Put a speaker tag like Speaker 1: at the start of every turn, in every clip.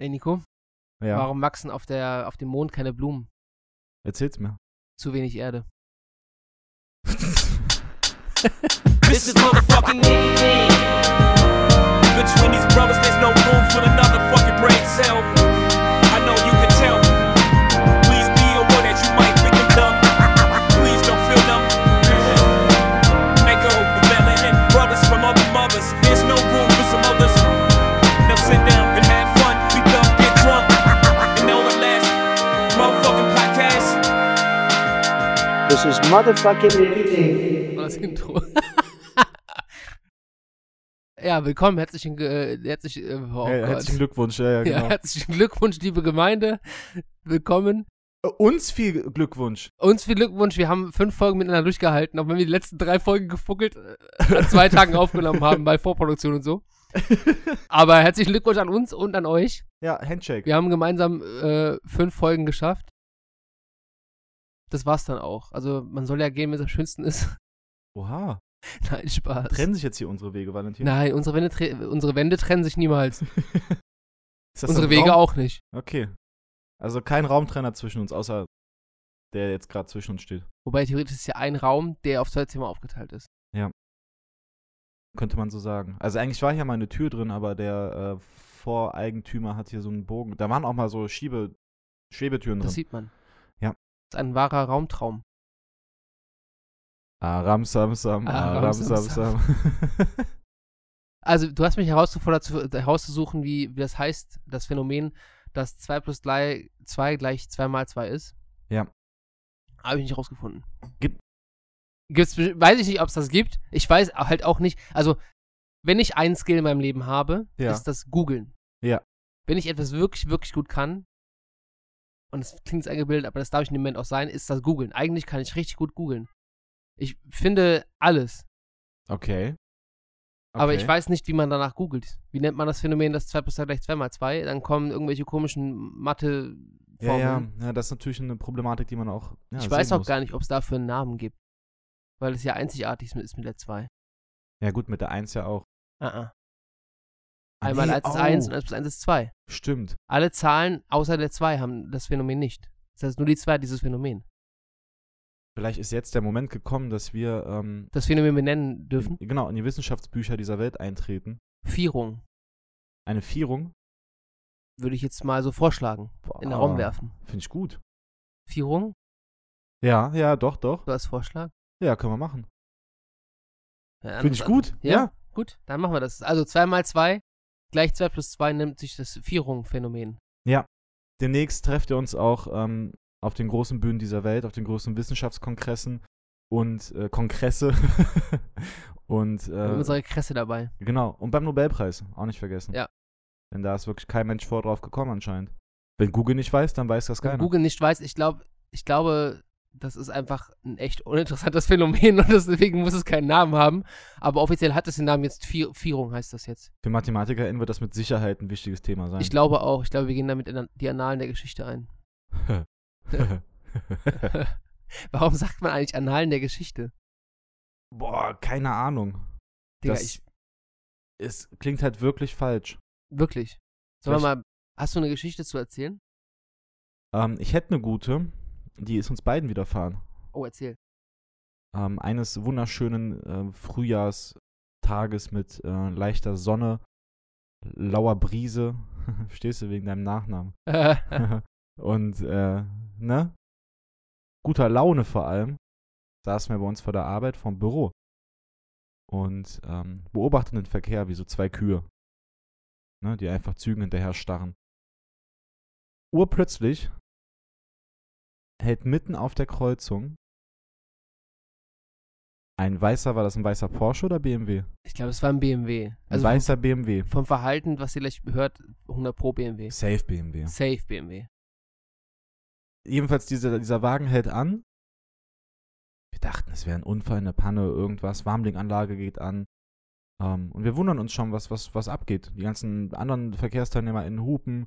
Speaker 1: Ey, Nico,
Speaker 2: Ja,
Speaker 1: warum wachsen auf, der, auf dem Mond keine Blumen?
Speaker 2: erzähl's mir.
Speaker 1: Zu wenig Erde.
Speaker 3: This is motherfucking EE. Between these brothers, there's no room for another fucking brain cell. I know you can tell. Please be aware that you might think I'm dumb. Please don't feel numb. Echo, the melanin, brothers from other mothers. There's no room for some others. Now sit down and have fun. We dumb, get drunk. And know it last. Motherfucking podcast.
Speaker 4: This is motherfucking.
Speaker 1: War das Intro. ja, willkommen. Herzlichen, äh, herzlich, äh, oh
Speaker 2: Hey,
Speaker 1: Gott.
Speaker 2: herzlichen Glückwunsch, ja, ja,
Speaker 1: Ja,
Speaker 2: genau.
Speaker 1: herzlichen Glückwunsch, liebe Gemeinde. Willkommen.
Speaker 2: Äh, Uns viel Glückwunsch.
Speaker 1: Uns viel Glückwunsch. Wir haben fünf Folgen miteinander durchgehalten, auch wenn wir die letzten drei Folgen gefuckelt äh, an zwei Tagen aufgenommen haben bei Vorproduktion und so. Aber herzlichen Glückwunsch an uns und an euch.
Speaker 2: Ja, Handshake.
Speaker 1: Wir haben gemeinsam äh, fünf Folgen geschafft. Das war's dann auch. Also man soll ja gehen, wenn es am schönsten ist.
Speaker 2: Oha,
Speaker 1: Nein, Spaß.
Speaker 2: trennen sich jetzt hier unsere Wege, Valentin.
Speaker 1: Nein, unsere Wände, tre unsere Wände trennen sich niemals.
Speaker 2: Ist das
Speaker 1: unsere
Speaker 2: ein
Speaker 1: Wege
Speaker 2: Raum?
Speaker 1: auch nicht.
Speaker 2: Okay. Also kein Raumtrenner zwischen uns, außer der jetzt gerade zwischen uns steht.
Speaker 1: Wobei theoretisch ist ja ein Raum, der auf zwei Zimmer aufgeteilt ist.
Speaker 2: Könnte man so sagen. Also eigentlich war hier mal eine Tür drin, aber der äh, Voreigentümer hat hier so einen Bogen. Da waren auch mal so Schiebe, Schwebetüren
Speaker 1: Das
Speaker 2: drin.
Speaker 1: sieht man.
Speaker 2: Genau. Ja.
Speaker 1: Das ist ein wahrer Raumtraum.
Speaker 2: Aram Sam Sam,
Speaker 1: Aram,
Speaker 2: Aram
Speaker 1: Sam,
Speaker 2: Sam Sam.
Speaker 1: Also du hast mich herausgefordert, zu, äh, herauszusuchen, wie, wie das heißt, das Phänomen, dass 2 plus 3, 2 gleich 2 mal 2 ist.
Speaker 2: Ja.
Speaker 1: Habe ich nicht rausgefunden.
Speaker 2: Gibt-
Speaker 1: Gibt's, besti- weiß ich nicht, ob es das gibt. Ich weiß halt auch nicht. Also, wenn ich einen Skill in meinem Leben habe,
Speaker 2: Ja.
Speaker 1: ist das Googeln.
Speaker 2: Ja.
Speaker 1: Wenn ich etwas wirklich, wirklich gut kann, und das klingt jetzt eingebildet, aber das darf ich in dem Moment auch sein, ist das Googeln. Eigentlich kann ich richtig gut googeln. Ich finde alles.
Speaker 2: Okay. okay.
Speaker 1: Aber ich weiß nicht, wie man danach googelt. Wie nennt man das Phänomen, dass 2 plus 2 gleich 2 mal 2? Dann kommen irgendwelche komischen mathe
Speaker 2: Ja, ja,
Speaker 1: Formeln.
Speaker 2: ja, das ist natürlich eine Problematik, die man auch. Ja,
Speaker 1: ich weiß
Speaker 2: sehen
Speaker 1: auch
Speaker 2: muss.
Speaker 1: gar nicht, ob es dafür einen Namen gibt. Weil es ja einzigartig ist mit der 2.
Speaker 2: Ja, gut, mit der 1 ja auch.
Speaker 1: Ah, ah.
Speaker 2: Ah,
Speaker 1: Einmal
Speaker 2: nee,
Speaker 1: 1 ist
Speaker 2: au.
Speaker 1: 1 und 1 plus 1 ist 2.
Speaker 2: Stimmt.
Speaker 1: Alle Zahlen außer der 2 haben das Phänomen nicht. Das heißt, nur die 2 hat dieses Phänomen.
Speaker 2: Vielleicht ist jetzt der Moment gekommen, dass wir ähm,
Speaker 1: Das Phänomen benennen dürfen.
Speaker 2: In, genau in die Wissenschaftsbücher dieser Welt eintreten.
Speaker 1: Vierung,
Speaker 2: Eine Vierung.
Speaker 1: würde ich jetzt mal so vorschlagen. In den
Speaker 2: Boah,
Speaker 1: Raum werfen.
Speaker 2: Finde ich gut.
Speaker 1: Vierung,
Speaker 2: Ja, ja, doch, doch.
Speaker 1: so als Vorschlag.
Speaker 2: Ja, können wir machen.
Speaker 1: Ja,
Speaker 2: Finde ich
Speaker 1: anders-
Speaker 2: gut.
Speaker 1: Ja, gut, dann machen wir das. Also 2 mal 2 gleich 2 plus 2 nimmt sich das Vierung-Phänomen.
Speaker 2: Demnächst trefft ihr uns auch ähm, auf den großen Bühnen dieser Welt, auf den großen Wissenschaftskongressen und äh, Kongresse. und
Speaker 1: Wir haben
Speaker 2: äh,
Speaker 1: unsere Kresse dabei.
Speaker 2: Genau, und beim Nobelpreis, auch nicht vergessen.
Speaker 1: Ja.
Speaker 2: Denn da ist wirklich kein Mensch vor drauf gekommen anscheinend. Wenn Google nicht weiß, dann weiß das
Speaker 1: Wenn
Speaker 2: keiner.
Speaker 1: Google nicht weiß, ich, glaub, ich glaube, das ist einfach ein echt uninteressantes Phänomen und deswegen muss es keinen Namen haben. Aber offiziell hat es den Namen jetzt Vier Vierung, heißt das jetzt.
Speaker 2: Für MathematikerInnen wird das mit Sicherheit ein wichtiges Thema sein.
Speaker 1: Ich glaube auch. Ich glaube, wir gehen damit in die Annalen der Geschichte ein. Warum sagt man eigentlich Annalen der Geschichte?
Speaker 2: Boah, keine Ahnung.
Speaker 1: Digga,
Speaker 2: das
Speaker 1: ich,
Speaker 2: es klingt halt wirklich falsch.
Speaker 1: wirklich. Sollen wir
Speaker 2: Vielleicht-
Speaker 1: mal, hast du eine Geschichte zu erzählen?
Speaker 2: Ähm, ich hätte eine gute, die ist uns beiden widerfahren.
Speaker 1: Oh, erzähl.
Speaker 2: Ähm, eines wunderschönen äh, Frühjahrstages mit äh, leichter Sonne, lauer Brise. Stehst du wegen deinem Nachnamen? und äh, ne? Guter Laune vor allem, saßen wir bei uns vor der Arbeit vom Büro und ähm, beobachten den Verkehr wie so zwei Kühe, ne, die einfach Zügen hinterher starren. Urplötzlich hält mitten auf der Kreuzung ein weißer, war das ein weißer Porsche oder BMW? Ein
Speaker 1: ich glaube, es war ein BMW. Also
Speaker 2: weißer BMW.
Speaker 1: vom Verhalten, was ihr gleich hört, 100 pro BMW.
Speaker 2: Safe BMW.
Speaker 1: Safe BMW.
Speaker 2: jedenfalls dieser, dieser Wagen hält an. Wir dachten, es wäre ein Unfall, eine Panne, irgendwas. Warmlinganlage geht an. Ähm, und wir wundern uns schon, was, was, was abgeht. Die ganzen anderen VerkehrsteilnehmerInnen hupen.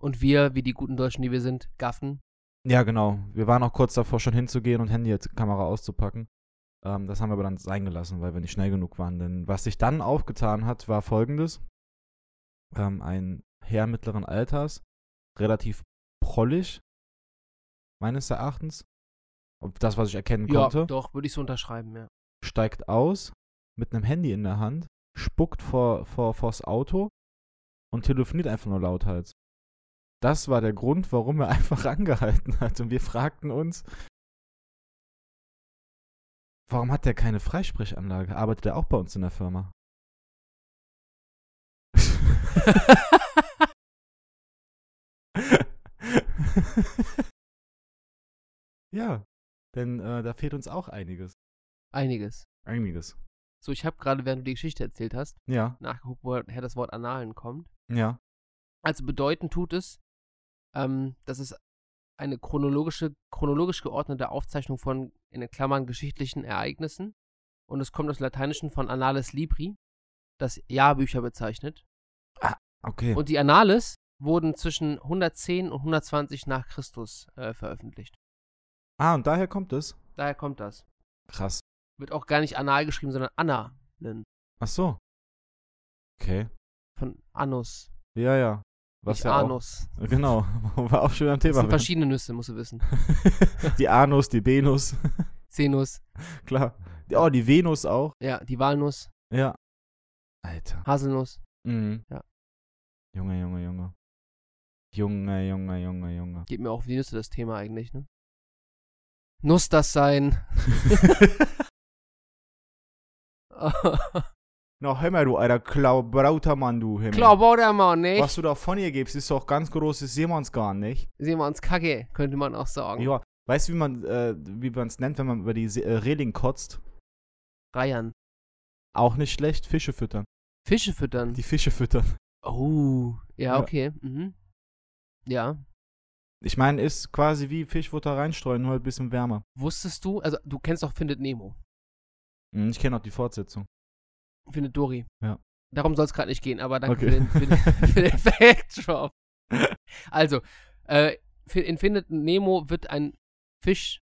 Speaker 1: Und wir, wie die guten Deutschen, die wir sind, gaffen.
Speaker 2: Ja, genau. Wir waren auch kurz davor, schon hinzugehen und Handykamera auszupacken. Ähm, das haben wir aber dann sein gelassen, weil wir nicht schnell genug waren. Denn was sich dann aufgetan hat, war folgendes: ähm, Ein Herr mittleren Alters, relativ prollig, meines Erachtens. Ob Das, was ich erkennen
Speaker 1: Ja,
Speaker 2: konnte.
Speaker 1: doch, würde ich so unterschreiben, ja.
Speaker 2: steigt aus mit einem Handy in der Hand, spuckt vor, vor, vors Auto und telefoniert einfach nur lauthals. Das war der Grund, warum er einfach angehalten hat. Und wir fragten uns, warum hat der keine Freisprechanlage? Arbeitet er auch bei uns in der Firma? ja, denn äh, da fehlt uns auch einiges.
Speaker 1: Einiges.
Speaker 2: Einiges.
Speaker 1: So, ich habe gerade, während du die Geschichte erzählt hast,
Speaker 2: Ja,
Speaker 1: nachgeguckt, woher das Wort Analen kommt.
Speaker 2: ja.
Speaker 1: Also bedeuten tut es, ähm, dass es eine chronologische, chronologisch geordnete Aufzeichnung von, in den Klammern, geschichtlichen Ereignissen. Und es kommt aus Lateinischen von Annales Libri, das Jahrbücher bezeichnet.
Speaker 2: Okay.
Speaker 1: Und die Annales wurden zwischen 110 und 120 nach Christus äh, veröffentlicht.
Speaker 2: ah, und daher kommt es?
Speaker 1: Daher kommt das.
Speaker 2: Krass.
Speaker 1: Wird auch gar nicht Annal geschrieben, sondern Annalen.
Speaker 2: Ach so. Okay.
Speaker 1: Von Annus.
Speaker 2: Ja, ja. Was
Speaker 1: nicht
Speaker 2: ja
Speaker 1: Anus.
Speaker 2: Auch, genau. Wo wir auch schon am
Speaker 1: Das
Speaker 2: Thema.
Speaker 1: sind verschiedene Nüsse, musst du wissen.
Speaker 2: waren. die Anus, die Venus,
Speaker 1: Zenus,
Speaker 2: klar. Die, oh, die Venus auch.
Speaker 1: ja, die Walnuss,
Speaker 2: Ja. Alter.
Speaker 1: Haselnuss.
Speaker 2: Mhm.
Speaker 1: Ja.
Speaker 2: Junge, Junge, Junge. Junge, Junge, Junge, Junge.
Speaker 1: Geht mir auch auf die Nüsse das Thema eigentlich, ne? Nuss das sein.
Speaker 2: Na, hör mal, du alter Klau Brautermann, du Himmel.
Speaker 1: Klar, der Mann, nicht?
Speaker 2: Was du da von ihr gibst, ist doch ganz großes Seemannsgarn, nicht?
Speaker 1: Sehen wir uns kacke, könnte man auch sagen.
Speaker 2: Ja. Weißt du, wie man äh, wie es nennt, wenn man über die See äh, Reling kotzt?
Speaker 1: Reiern.
Speaker 2: Auch nicht schlecht, Fische füttern.
Speaker 1: Fische füttern.
Speaker 2: Die Fische füttern.
Speaker 1: Oh, ja,
Speaker 2: Ja.
Speaker 1: okay. Mhm. Ja.
Speaker 2: Ich meine, ist quasi wie Fischfutter reinstreuen, nur halt ein bisschen wärmer.
Speaker 1: Wusstest du, also du kennst doch Findet Nemo,
Speaker 2: Hm, Ich kenne auch die Fortsetzung.
Speaker 1: Findet Dory.
Speaker 2: Ja.
Speaker 1: Darum soll es gerade nicht gehen, aber danke
Speaker 2: Okay.
Speaker 1: für den, für den, für den Fact-Drop. Also, äh, für- in Findet Nemo wird ein Fisch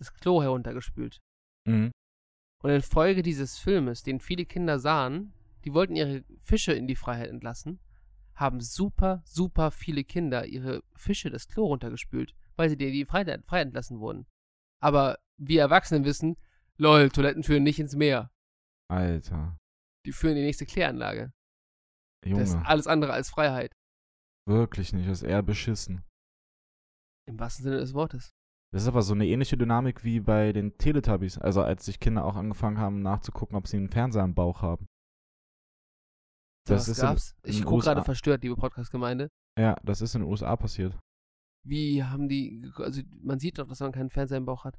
Speaker 1: das Klo heruntergespült.
Speaker 2: Mhm.
Speaker 1: Und infolge dieses Filmes, den viele Kinder sahen, die wollten ihre Fische in die Freiheit entlassen, haben super, super viele Kinder ihre Fische das Klo runtergespült, weil sie dir die Freiheit, Freiheit entlassen wurden. Aber wir Erwachsenen wissen, lol, Toiletten führen nicht ins Meer.
Speaker 2: Alter.
Speaker 1: Die führen in die nächste Kläranlage.
Speaker 2: Junge,
Speaker 1: Das ist alles andere als Freiheit.
Speaker 2: wirklich nicht. Das ist eher beschissen.
Speaker 1: Im wahrsten Sinne des Wortes.
Speaker 2: Das ist aber so eine ähnliche Dynamik wie bei den Teletubbies. Also als sich Kinder auch angefangen haben, nachzugucken, ob sie einen Fernseher im Bauch haben. Das
Speaker 1: Sowas
Speaker 2: ist in-
Speaker 1: gab's.
Speaker 2: in
Speaker 1: ich gucke gerade
Speaker 2: USA.
Speaker 1: verstört, liebe Podcast-Gemeinde.
Speaker 2: Ja, das ist in den USA passiert.
Speaker 1: Wie haben die, also man sieht doch, dass man keinen Fernseher im Bauch hat.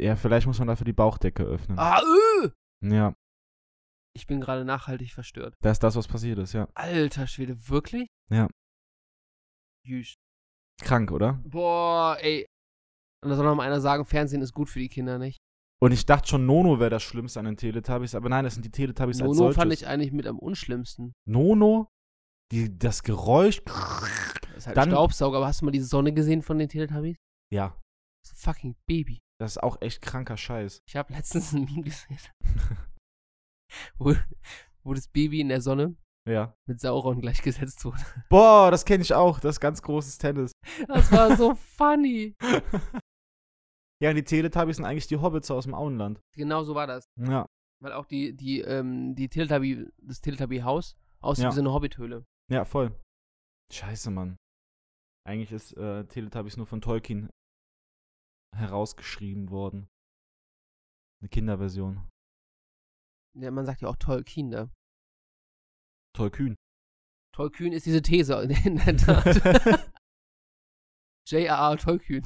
Speaker 2: Ja, vielleicht muss man dafür die Bauchdecke öffnen.
Speaker 1: Ah, öh!
Speaker 2: Ja,
Speaker 1: Ich bin gerade nachhaltig verstört.
Speaker 2: das ist das, was passiert ist, ja.
Speaker 1: Alter Schwede, wirklich?
Speaker 2: Ja.
Speaker 1: Jüsch.
Speaker 2: Krank, oder?
Speaker 1: Boah, ey. Und da soll noch mal einer sagen, Fernsehen ist gut für die Kinder, nicht?
Speaker 2: Und ich dachte schon, Nono wäre das Schlimmste an den Teletubbies, aber nein, das sind die Teletubbies als
Speaker 1: Nono
Speaker 2: halt solches.
Speaker 1: fand ich eigentlich mit am unschlimmsten.
Speaker 2: Nono, die, das Geräusch.
Speaker 1: Das ist halt
Speaker 2: Dann-
Speaker 1: Staubsauger, aber hast du mal die Sonne gesehen von den Teletubbies?
Speaker 2: Ja,
Speaker 1: Das ist ein fucking Baby.
Speaker 2: das ist auch echt kranker Scheiß.
Speaker 1: Ich habe letztens ein Meme gesehen, wo, wo das Baby in der Sonne
Speaker 2: ja.
Speaker 1: mit Sauron gleichgesetzt wurde.
Speaker 2: Boah, das kenne ich auch. Das ist ganz großes Tennis.
Speaker 1: Das war so funny.
Speaker 2: Ja, und die Teletubbies sind eigentlich die Hobbits aus dem Auenland.
Speaker 1: Genau so war das.
Speaker 2: Ja.
Speaker 1: Weil auch die, die, ähm, die Teletubby, das Teletubby-Haus aussieht
Speaker 2: Ja.
Speaker 1: wie so eine Hobbithöhle.
Speaker 2: Ja, voll. Scheiße, Mann. Eigentlich ist äh, Teletubbies nur von Tolkien herausgeschrieben worden. Eine Kinderversion.
Speaker 1: Ja, man sagt ja auch Tolkien da.
Speaker 2: Tolkien.
Speaker 1: Tollkühn ist diese These in der Tat. J.R.R. Tollkühn.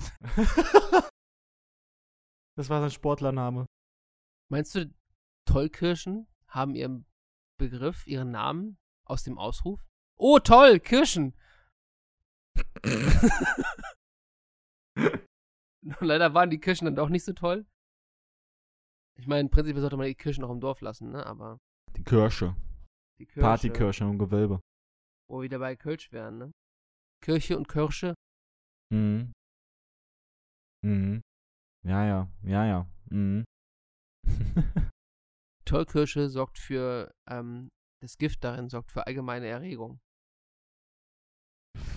Speaker 2: das war sein Sportlername.
Speaker 1: Meinst du, Tollkirschen haben ihren Begriff, ihren Namen aus dem Ausruf? Oh, toll, Kirschen! Nur Leider waren die Kirschen dann doch nicht so toll. Ich meine, prinzipiell sollte man die Kirschen auch im Dorf lassen, ne? Aber
Speaker 2: Die Kirsche.
Speaker 1: die Kirche,
Speaker 2: Partykirsche im Gewölbe.
Speaker 1: wo wir dabei Kölsch wären, ne? Kirche und Kirsche,
Speaker 2: Mhm. Mhm. Ja, ja, ja, ja. Mhm.
Speaker 1: Tollkirsche sorgt für, ähm, das Gift darin sorgt für allgemeine Erregung.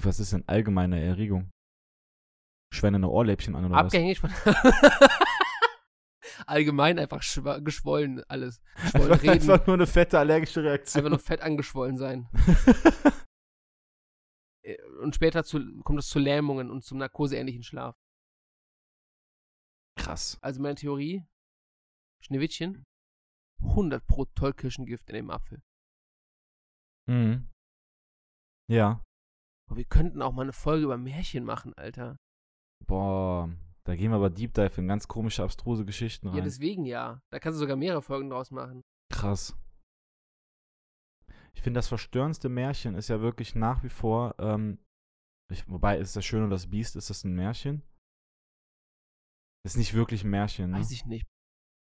Speaker 2: Was ist denn allgemeine Erregung? Schwerne eine Ohrläppchen an oder
Speaker 1: Abgängig von. Allgemein einfach schwa- geschwollen alles.
Speaker 2: was?
Speaker 1: Geschwollen
Speaker 2: Einfach,
Speaker 1: reden.
Speaker 2: einfach nur eine fette allergische
Speaker 1: Einfach
Speaker 2: Reaktion.
Speaker 1: nur fett angeschwollen sein. Äh, Und später zu, kommt es zu Lähmungen und zum narkoseähnlichen Schlaf.
Speaker 2: Krass.
Speaker 1: Also meine Theorie, Schneewittchen, 100 pro Tollkirschengift in dem Apfel.
Speaker 2: Mhm. Ja.
Speaker 1: Aber wir könnten auch mal eine Folge über Märchen machen, Alter.
Speaker 2: Boah, da gehen wir aber Deep Dive in ganz komische, abstruse Geschichten
Speaker 1: Ja,
Speaker 2: rein.
Speaker 1: deswegen ja. Da kannst du sogar mehrere Folgen draus machen.
Speaker 2: Krass. Ich finde, das verstörendste Märchen ist ja wirklich nach wie vor, ähm, ich, wobei ist das Schöne und das Biest, ist das ein Märchen? Ist nicht wirklich ein Märchen, ne?
Speaker 1: Weiß ich nicht.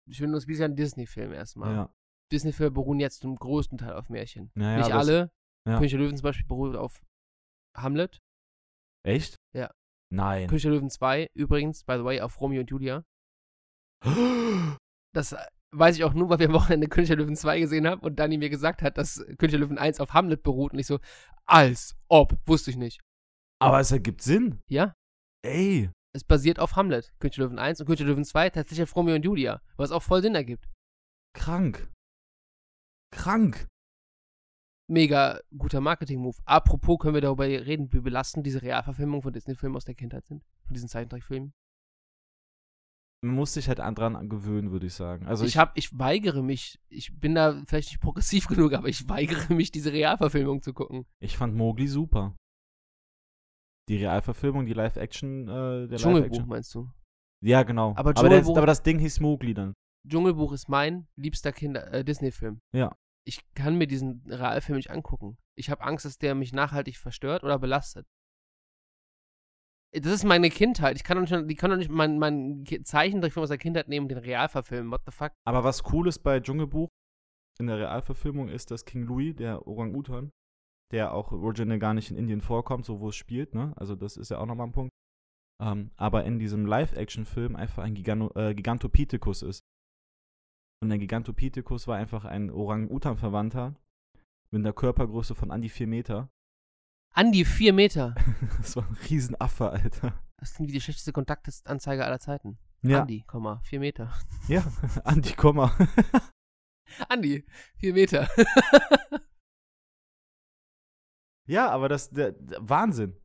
Speaker 1: Ich finde, das ist ja ein Disney-Film erstmal.
Speaker 2: ja.
Speaker 1: Disney-Filme beruhen jetzt zum größten Teil auf Märchen.
Speaker 2: Naja,
Speaker 1: nicht
Speaker 2: aber es-
Speaker 1: alle.
Speaker 2: ja.
Speaker 1: König der Löwen zum Beispiel beruht auf Hamlet.
Speaker 2: Echt?
Speaker 1: Ja.
Speaker 2: Nein.
Speaker 1: König der Löwen 2 übrigens, by the way, auf Romeo und Julia. Das äh, weiß ich auch nur, weil wir am Wochenende König der Löwen 2 gesehen haben und Dani mir gesagt hat, dass König der Löwen 1 auf Hamlet beruht. Und ich so, als ob, wusste ich nicht.
Speaker 2: Aber es ergibt Sinn.
Speaker 1: Ja,
Speaker 2: Ey.
Speaker 1: es basiert auf Hamlet, König der Löwen 1 und König der Löwen 2 tatsächlich auf Romeo und Julia, was auch voll Sinn ergibt.
Speaker 2: Krank. Krank.
Speaker 1: Mega guter Marketing-Move. Apropos können wir darüber reden, wie belastend diese Realverfilmungen von Disney-Filmen aus der Kindheit sind. Von diesen Zeichentrickfilmen.
Speaker 2: Man muss sich halt dran gewöhnen, würde ich sagen.
Speaker 1: Also
Speaker 2: Also ich,
Speaker 1: ich, hab, ich weigere mich, ich bin da vielleicht nicht progressiv genug, aber ich weigere mich, diese Realverfilmung zu gucken.
Speaker 2: ich fand Mowgli super. Die Realverfilmung, die Live-Action, äh, der
Speaker 1: Dschungelbuch
Speaker 2: Live-Action.
Speaker 1: meinst du?
Speaker 2: Ja, genau.
Speaker 1: Aber
Speaker 2: der
Speaker 1: Dschungelbuch-
Speaker 2: ist, aber das Ding hieß Mowgli dann.
Speaker 1: Dschungelbuch ist mein liebster Kinder äh, Disney-Film.
Speaker 2: Ja.
Speaker 1: Ich kann mir diesen Realfilm nicht angucken. Ich habe Angst, dass der mich nachhaltig verstört oder belastet. Das ist meine Kindheit. Ich kann doch nicht, die können doch nicht meinen mein Ki- Zeichentrickfilm aus der Kindheit nehmen und den real verfilmen. What the fuck?
Speaker 2: Aber was cool ist bei Dschungelbuch in der Realverfilmung ist, dass King Louis, der Orang-Utan, der auch original gar nicht in Indien vorkommt, so wo es spielt, ne? Also das ist ja auch nochmal ein Punkt. Ähm, aber in diesem Live-Action-Film einfach ein Gigano äh, Gigantopithecus ist. Und der Gigantopithecus war einfach ein Orang-Utan-Verwandter mit einer Körpergröße von an die 4 Meter.
Speaker 1: Andi, vier Meter.
Speaker 2: Das war ein Riesenaffe, Alter.
Speaker 1: Das klingt wie die schlechteste Kontaktanzeige aller Zeiten. Andi, Komma, vier Meter.
Speaker 2: Ja, Andi, Komma.
Speaker 1: Andi, vier Meter.
Speaker 2: Ja, aber das, der, der Wahnsinn.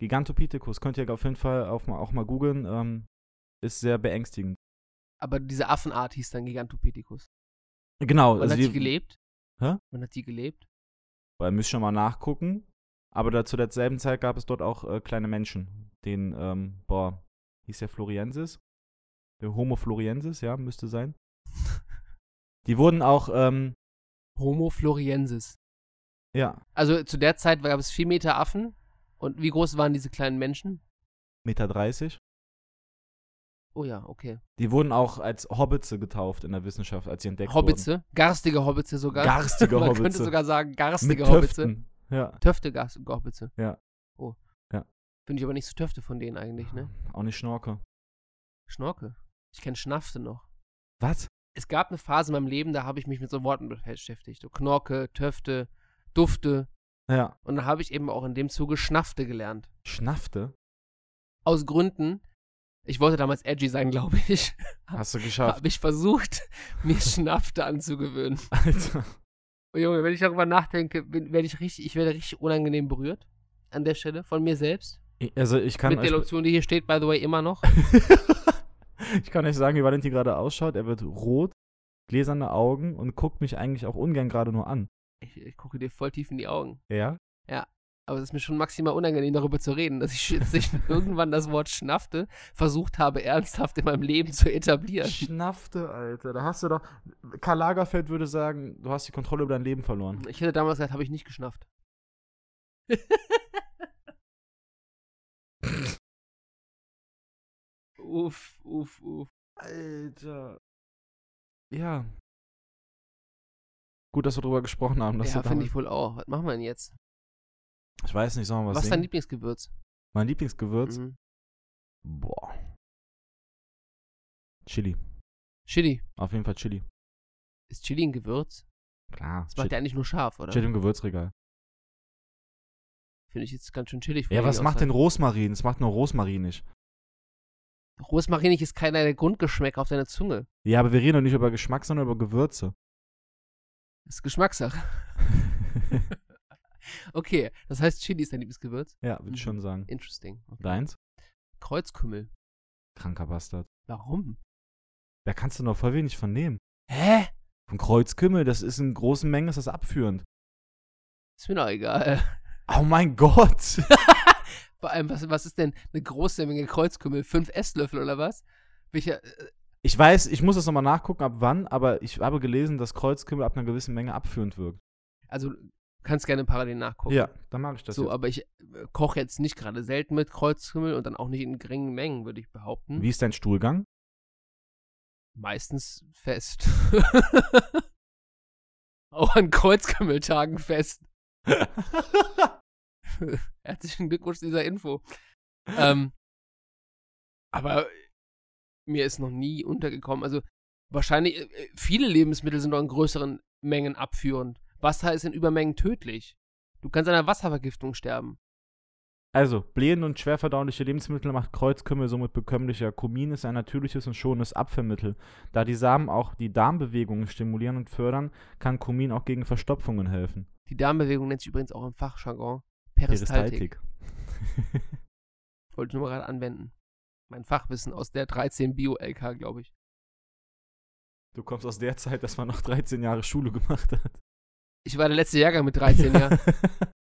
Speaker 2: Gigantopithecus, könnt ihr auf jeden Fall auf, mal- auch mal googeln, ähm, ist sehr beängstigend.
Speaker 1: Aber diese Affenart hieß dann Gigantopithecus.
Speaker 2: Genau,
Speaker 1: Wann
Speaker 2: also
Speaker 1: hat die gelebt?
Speaker 2: Hä?
Speaker 1: Wann hat die gelebt?
Speaker 2: weil müsst schon mal nachgucken. Aber da, zu derselben Zeit gab es dort auch äh, kleine Menschen, den, ähm, boah, hieß der Floriensis? Der Homo Floriensis, ja, müsste sein. Die wurden auch, ähm,
Speaker 1: Homo floriensis.
Speaker 2: ja,
Speaker 1: Also zu der Zeit gab es vier Meter Affen. Und wie groß waren diese kleinen Menschen?
Speaker 2: Meter 30.
Speaker 1: Oh ja, okay.
Speaker 2: Die wurden auch als Hobbitze getauft in der Wissenschaft, als sie entdeckt wurden.
Speaker 1: Hobbitze, garstige Hobbitze sogar.
Speaker 2: Garstige
Speaker 1: Man
Speaker 2: Hobbitze.
Speaker 1: könnte sogar sagen,
Speaker 2: Mit
Speaker 1: garstige Hobbitze.
Speaker 2: Töften. Ja.
Speaker 1: Töfte garstige Hobbitze.
Speaker 2: Ja.
Speaker 1: Oh.
Speaker 2: Ja.
Speaker 1: Bin ich aber nicht so Töfte von denen eigentlich, ne?
Speaker 2: Auch nicht Schnorke.
Speaker 1: Schnorke. Ich kenne Schnafte noch.
Speaker 2: Was?
Speaker 1: Es gab eine Phase in meinem Leben, da habe ich mich mit so Worten beschäftigt. So Knorke, Töfte, Dufte.
Speaker 2: Ja.
Speaker 1: Und dann habe ich eben auch in dem Zuge Schnafte gelernt.
Speaker 2: Schnaffte?
Speaker 1: aus Gründen, ich wollte damals edgy sein, glaube ich,
Speaker 2: Hast du geschafft.
Speaker 1: habe ich versucht, mir Schnafte anzugewöhnen.
Speaker 2: Alter.
Speaker 1: Und Junge, wenn ich darüber nachdenke, bin, werde ich richtig, ich werde richtig unangenehm berührt an der Stelle von mir selbst.
Speaker 2: Ich- Also ich kann,
Speaker 1: Mit der
Speaker 2: euch,
Speaker 1: Lotion, die hier steht, by the way, immer noch.
Speaker 2: ich kann euch sagen, wie Valentin gerade ausschaut. Er wird rot, gläserne Augen und guckt mich eigentlich auch ungern gerade nur an.
Speaker 1: Ich, ich gucke dir voll tief in die Augen.
Speaker 2: Ja?
Speaker 1: Aber es ist mir schon maximal unangenehm, darüber zu reden, dass ich, dass ich irgendwann das Wort Schnafte versucht habe, ernsthaft in meinem Leben zu etablieren.
Speaker 2: Schnaffte, Alter. Da hast du doch... Karl Lagerfeld würde sagen, du hast die Kontrolle über dein Leben verloren.
Speaker 1: Mhm. Ich hätte damals gesagt, habe ich nicht geschnafft. uff, uff, uff.
Speaker 2: Alter. Ja. Gut, dass wir drüber gesprochen haben. Dass
Speaker 1: ja,
Speaker 2: du
Speaker 1: finde ich
Speaker 2: damals,
Speaker 1: wohl auch. Was machen wir denn jetzt?
Speaker 2: ich, weiß nicht, sollen wir was,
Speaker 1: Was ist dein
Speaker 2: singen?
Speaker 1: Lieblingsgewürz?
Speaker 2: mein Lieblingsgewürz?
Speaker 1: Mhm.
Speaker 2: Boah. Chili.
Speaker 1: Chili.
Speaker 2: Auf jeden Fall Chili.
Speaker 1: Ist Chili ein Gewürz?
Speaker 2: Klar.
Speaker 1: Das macht ja eigentlich nur scharf, oder?
Speaker 2: Steht im Gewürzregal.
Speaker 1: Finde ich jetzt ganz schön chillig.
Speaker 2: Ja,
Speaker 1: von
Speaker 2: was
Speaker 1: denen
Speaker 2: macht
Speaker 1: aus
Speaker 2: denn Rosmarin? Das macht nur Rosmarin nicht.
Speaker 1: halt. Rosmarinig ist keiner der Grundgeschmäcker auf deiner Zunge.
Speaker 2: Ja, aber wir reden doch nicht über Geschmack, sondern über Gewürze.
Speaker 1: Das ist Geschmackssache. Okay, das heißt, Chili ist dein Lieblingsgewürz.
Speaker 2: ja, würde
Speaker 1: Mhm.
Speaker 2: ich schon sagen.
Speaker 1: Interesting. Okay.
Speaker 2: Deins?
Speaker 1: Kreuzkümmel.
Speaker 2: Kranker Bastard.
Speaker 1: Warum?
Speaker 2: Da kannst du noch voll wenig von nehmen.
Speaker 1: Hä?
Speaker 2: Von Kreuzkümmel, das ist in großen Mengen, ist das abführend.
Speaker 1: Ist mir doch egal.
Speaker 2: Oh mein Gott!
Speaker 1: Vor allem, was, was ist denn eine große Menge Kreuzkümmel? Fünf Esslöffel oder was? Welcher, äh,
Speaker 2: Ich weiß, ich muss das nochmal nachgucken, ab wann, aber ich habe gelesen, dass Kreuzkümmel ab einer gewissen Menge abführend wirkt.
Speaker 1: also, kannst gerne parallel nachgucken.
Speaker 2: Ja, dann mag ich das.
Speaker 1: so,
Speaker 2: jetzt.
Speaker 1: aber ich äh, koche jetzt nicht gerade selten mit Kreuzkümmel und dann auch nicht in geringen Mengen, würde ich behaupten.
Speaker 2: Wie ist dein Stuhlgang?
Speaker 1: Meistens fest. auch an Kreuzkümmeltagen fest. Herzlichen Glückwunsch zu dieser Info. ähm, aber mir ist noch nie untergekommen. Also wahrscheinlich, äh, äh, viele Lebensmittel sind doch in größeren Mengen abführend. Wasser ist in Übermengen tödlich. Du kannst an einer Wasservergiftung sterben.
Speaker 2: Also, blähende und schwer verdauliche Lebensmittel macht Kreuzkümmel somit bekömmlicher. Kumin ist ein natürliches und schonendes Abführmittel. Da die Samen auch die Darmbewegungen stimulieren und fördern, kann Kumin auch gegen Verstopfungen helfen.
Speaker 1: Die Darmbewegung nennt sich übrigens auch im Fachjargon Peristaltik. Wollte ich nur mal gerade anwenden. Mein Fachwissen aus der 13 Bio-LK, glaube ich.
Speaker 2: Du kommst aus der Zeit, dass man noch 13 Jahre Schule gemacht hat.
Speaker 1: Ich war der letzte Jahrgang mit 13, ja.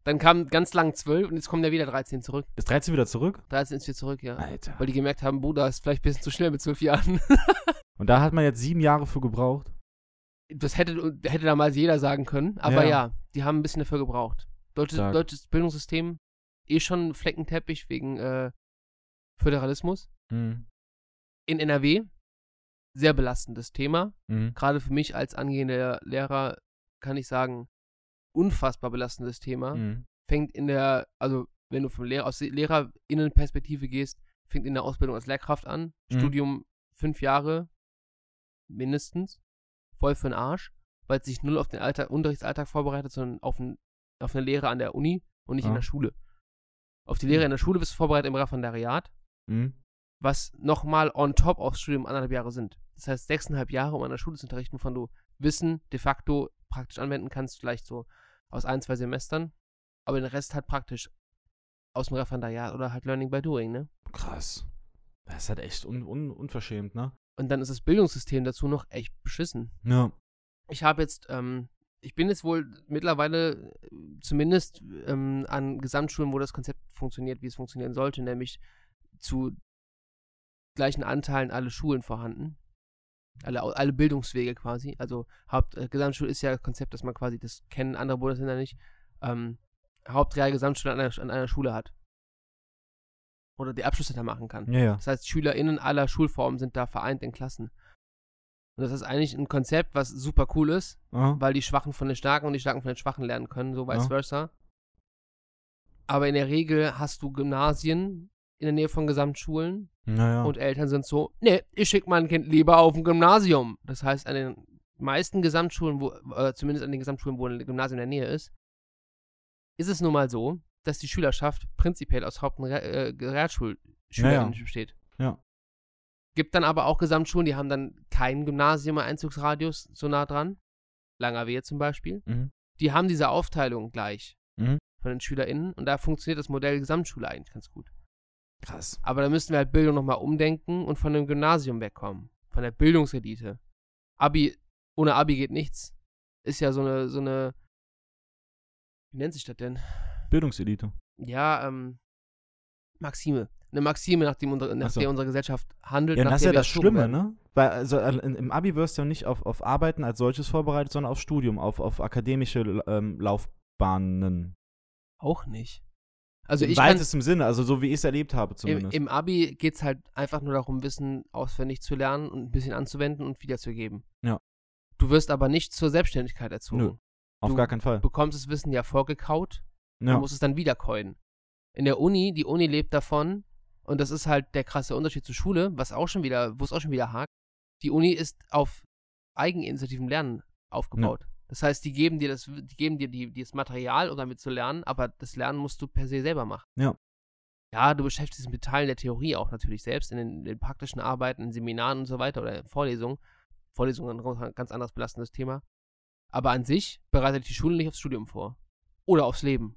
Speaker 1: Dann kam ganz lang 12 und jetzt kommen ja wieder 13 zurück.
Speaker 2: Ist 13 wieder zurück?
Speaker 1: 13 ist wieder zurück, ja.
Speaker 2: Alter.
Speaker 1: Weil die gemerkt haben, Bruder ist vielleicht ein bisschen zu schnell mit 12 Jahren.
Speaker 2: Und da hat man jetzt sieben Jahre für gebraucht.
Speaker 1: Das hätte, hätte damals jeder sagen können. Aber ja,
Speaker 2: Ja.
Speaker 1: die haben ein bisschen dafür gebraucht. Deutsches,
Speaker 2: Stark.
Speaker 1: deutsches Bildungssystem eh schon ein Fleckenteppich wegen äh, Föderalismus.
Speaker 2: Mhm.
Speaker 1: In NRW sehr belastendes Thema.
Speaker 2: Mhm.
Speaker 1: Gerade für mich als angehender Lehrer kann ich sagen, unfassbar belastendes Thema.
Speaker 2: Mhm.
Speaker 1: Fängt in der, also wenn du vom Lehrer, aus der Lehrerinnenperspektive gehst, fängt in der Ausbildung als Lehrkraft an.
Speaker 2: Mhm.
Speaker 1: Studium fünf Jahre mindestens. Voll für den Arsch, weil es sich null auf den Alltag, Unterrichtsalltag vorbereitet, sondern auf, ein, auf eine Lehre an der Uni und nicht in
Speaker 2: Ja.
Speaker 1: der Schule. Auf die Lehre in der Schule bist du vorbereitet im Referendariat,
Speaker 2: Mhm.
Speaker 1: was nochmal on top aufs Studium anderthalb Jahre sind. Das heißt, sechseinhalb Jahre, um an der Schule zu unterrichten, wovon du Wissen de facto praktisch anwenden kannst, vielleicht so aus ein, zwei Semestern. Aber den Rest halt praktisch aus dem Referendariat oder halt Learning by Doing, ne?
Speaker 2: Krass. Das ist halt echt un un unverschämt, ne?
Speaker 1: Und dann ist das Bildungssystem dazu noch echt beschissen.
Speaker 2: Ja.
Speaker 1: Ich habe jetzt, ähm, ich bin jetzt wohl mittlerweile äh, zumindest ähm, an Gesamtschulen, wo das Konzept funktioniert, wie es funktionieren sollte, nämlich zu gleichen Anteilen alle Schulen vorhanden. Alle, Au- alle Bildungswege quasi. Also Haupt, äh, Gesamtschule ist ja das Konzept, dass man quasi, das kennen andere Bundesländer nicht, ähm, Hauptreal Gesamtschule an einer, an einer Schule hat. Oder die Abschlüsse da machen kann.
Speaker 2: Ja, ja.
Speaker 1: Das heißt, SchülerInnen aller Schulformen sind da vereint in Klassen. Und das ist eigentlich ein Konzept, was super cool ist,
Speaker 2: Ah.
Speaker 1: weil die Schwachen von den Starken und die Starken von den Schwachen lernen können, so vice
Speaker 2: Ja.
Speaker 1: versa. Aber in der Regel hast du Gymnasien in der Nähe von Gesamtschulen
Speaker 2: Naja.
Speaker 1: und Eltern sind so, nee, ich schicke mein Kind lieber auf ein Gymnasium. Das heißt, an den meisten Gesamtschulen, wo, äh, zumindest an den Gesamtschulen, wo ein Gymnasium in der Nähe ist, ist es nun mal so, dass die Schülerschaft prinzipiell aus Haupt- und Re- äh, Realschulschülern
Speaker 2: Ja,
Speaker 1: besteht.
Speaker 2: Ja.
Speaker 1: Gibt dann aber auch Gesamtschulen, die haben dann kein Gymnasium im Einzugsradius so nah dran. Langerwehe zum Beispiel.
Speaker 2: Mhm.
Speaker 1: Die haben diese Aufteilung gleich
Speaker 2: Mhm.
Speaker 1: von den SchülerInnen und da funktioniert das Modell Gesamtschule eigentlich ganz gut.
Speaker 2: Krass.
Speaker 1: Aber da müssten wir halt Bildung nochmal umdenken und von dem Gymnasium wegkommen. Von der Bildungselite. Abi, ohne Abi geht nichts. Ist ja so eine, so eine, wie nennt sich das denn?
Speaker 2: Bildungselite.
Speaker 1: Ja, ähm, Maxime. Eine Maxime, nach, dem unsere, nach
Speaker 2: Ach so.
Speaker 1: der unsere Gesellschaft handelt.
Speaker 2: Ja, und
Speaker 1: nach
Speaker 2: das ist
Speaker 1: der
Speaker 2: ja
Speaker 1: wir
Speaker 2: das
Speaker 1: erzogen
Speaker 2: Schlimme,
Speaker 1: werden.
Speaker 2: ne? Weil also, äh, in- im Abi wirst du ja nicht auf, auf Arbeiten als solches vorbereitet, sondern auf Studium, auf, auf akademische ähm, Laufbahnen.
Speaker 1: Auch nicht. Also
Speaker 2: Im
Speaker 1: ich kann,
Speaker 2: weitesten Sinne, also so wie ich es erlebt habe
Speaker 1: im,
Speaker 2: zumindest.
Speaker 1: im Abi geht es halt einfach nur darum, Wissen auswendig zu lernen und ein bisschen anzuwenden und wiederzugeben.
Speaker 2: Ja.
Speaker 1: Du wirst aber nicht zur Selbstständigkeit erzogen.
Speaker 2: Nö. auf
Speaker 1: du-
Speaker 2: gar keinen Fall.
Speaker 1: Du bekommst das Wissen ja vorgekaut Du
Speaker 2: Ja.
Speaker 1: musst es dann wieder coinen. In der Uni, die Uni lebt davon, und das ist halt der krasse Unterschied zur Schule, was auch schon wieder, wo es auch schon wieder hakt. Die Uni ist auf Eigeninitiativem Lernen aufgebaut. Das heißt, die geben dir das, die geben dir die, die das Material, um damit zu lernen, aber das Lernen musst du per se selber machen.
Speaker 2: Ja.
Speaker 1: Ja, du beschäftigst dich mit Teilen der Theorie auch natürlich selbst, in den, in den praktischen Arbeiten, in Seminaren und so weiter oder in Vorlesungen. Vorlesungen ist ein ganz anderes belastendes Thema. Aber an sich bereitet die Schule nicht aufs Studium vor. Oder aufs Leben.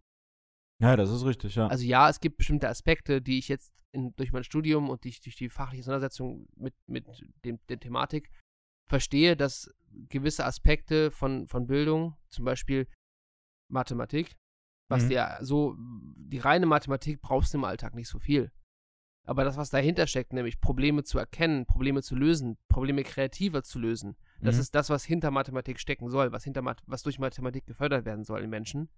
Speaker 2: Ja, das ist richtig, ja.
Speaker 1: Also ja, es gibt bestimmte Aspekte, die ich jetzt in, durch mein Studium und durch, durch die fachliche Auseinandersetzung mit, mit dem, der Thematik verstehe, dass gewisse Aspekte von, von Bildung, zum Beispiel Mathematik, was
Speaker 2: Mhm.
Speaker 1: dir so, die reine Mathematik brauchst du im Alltag nicht so viel. Aber das, was dahinter steckt, nämlich Probleme zu erkennen, Probleme zu lösen, Probleme kreativer zu lösen, das
Speaker 2: Mhm.
Speaker 1: ist das, was hinter Mathematik stecken soll, was, hinter Math was durch Mathematik gefördert werden soll in Menschen.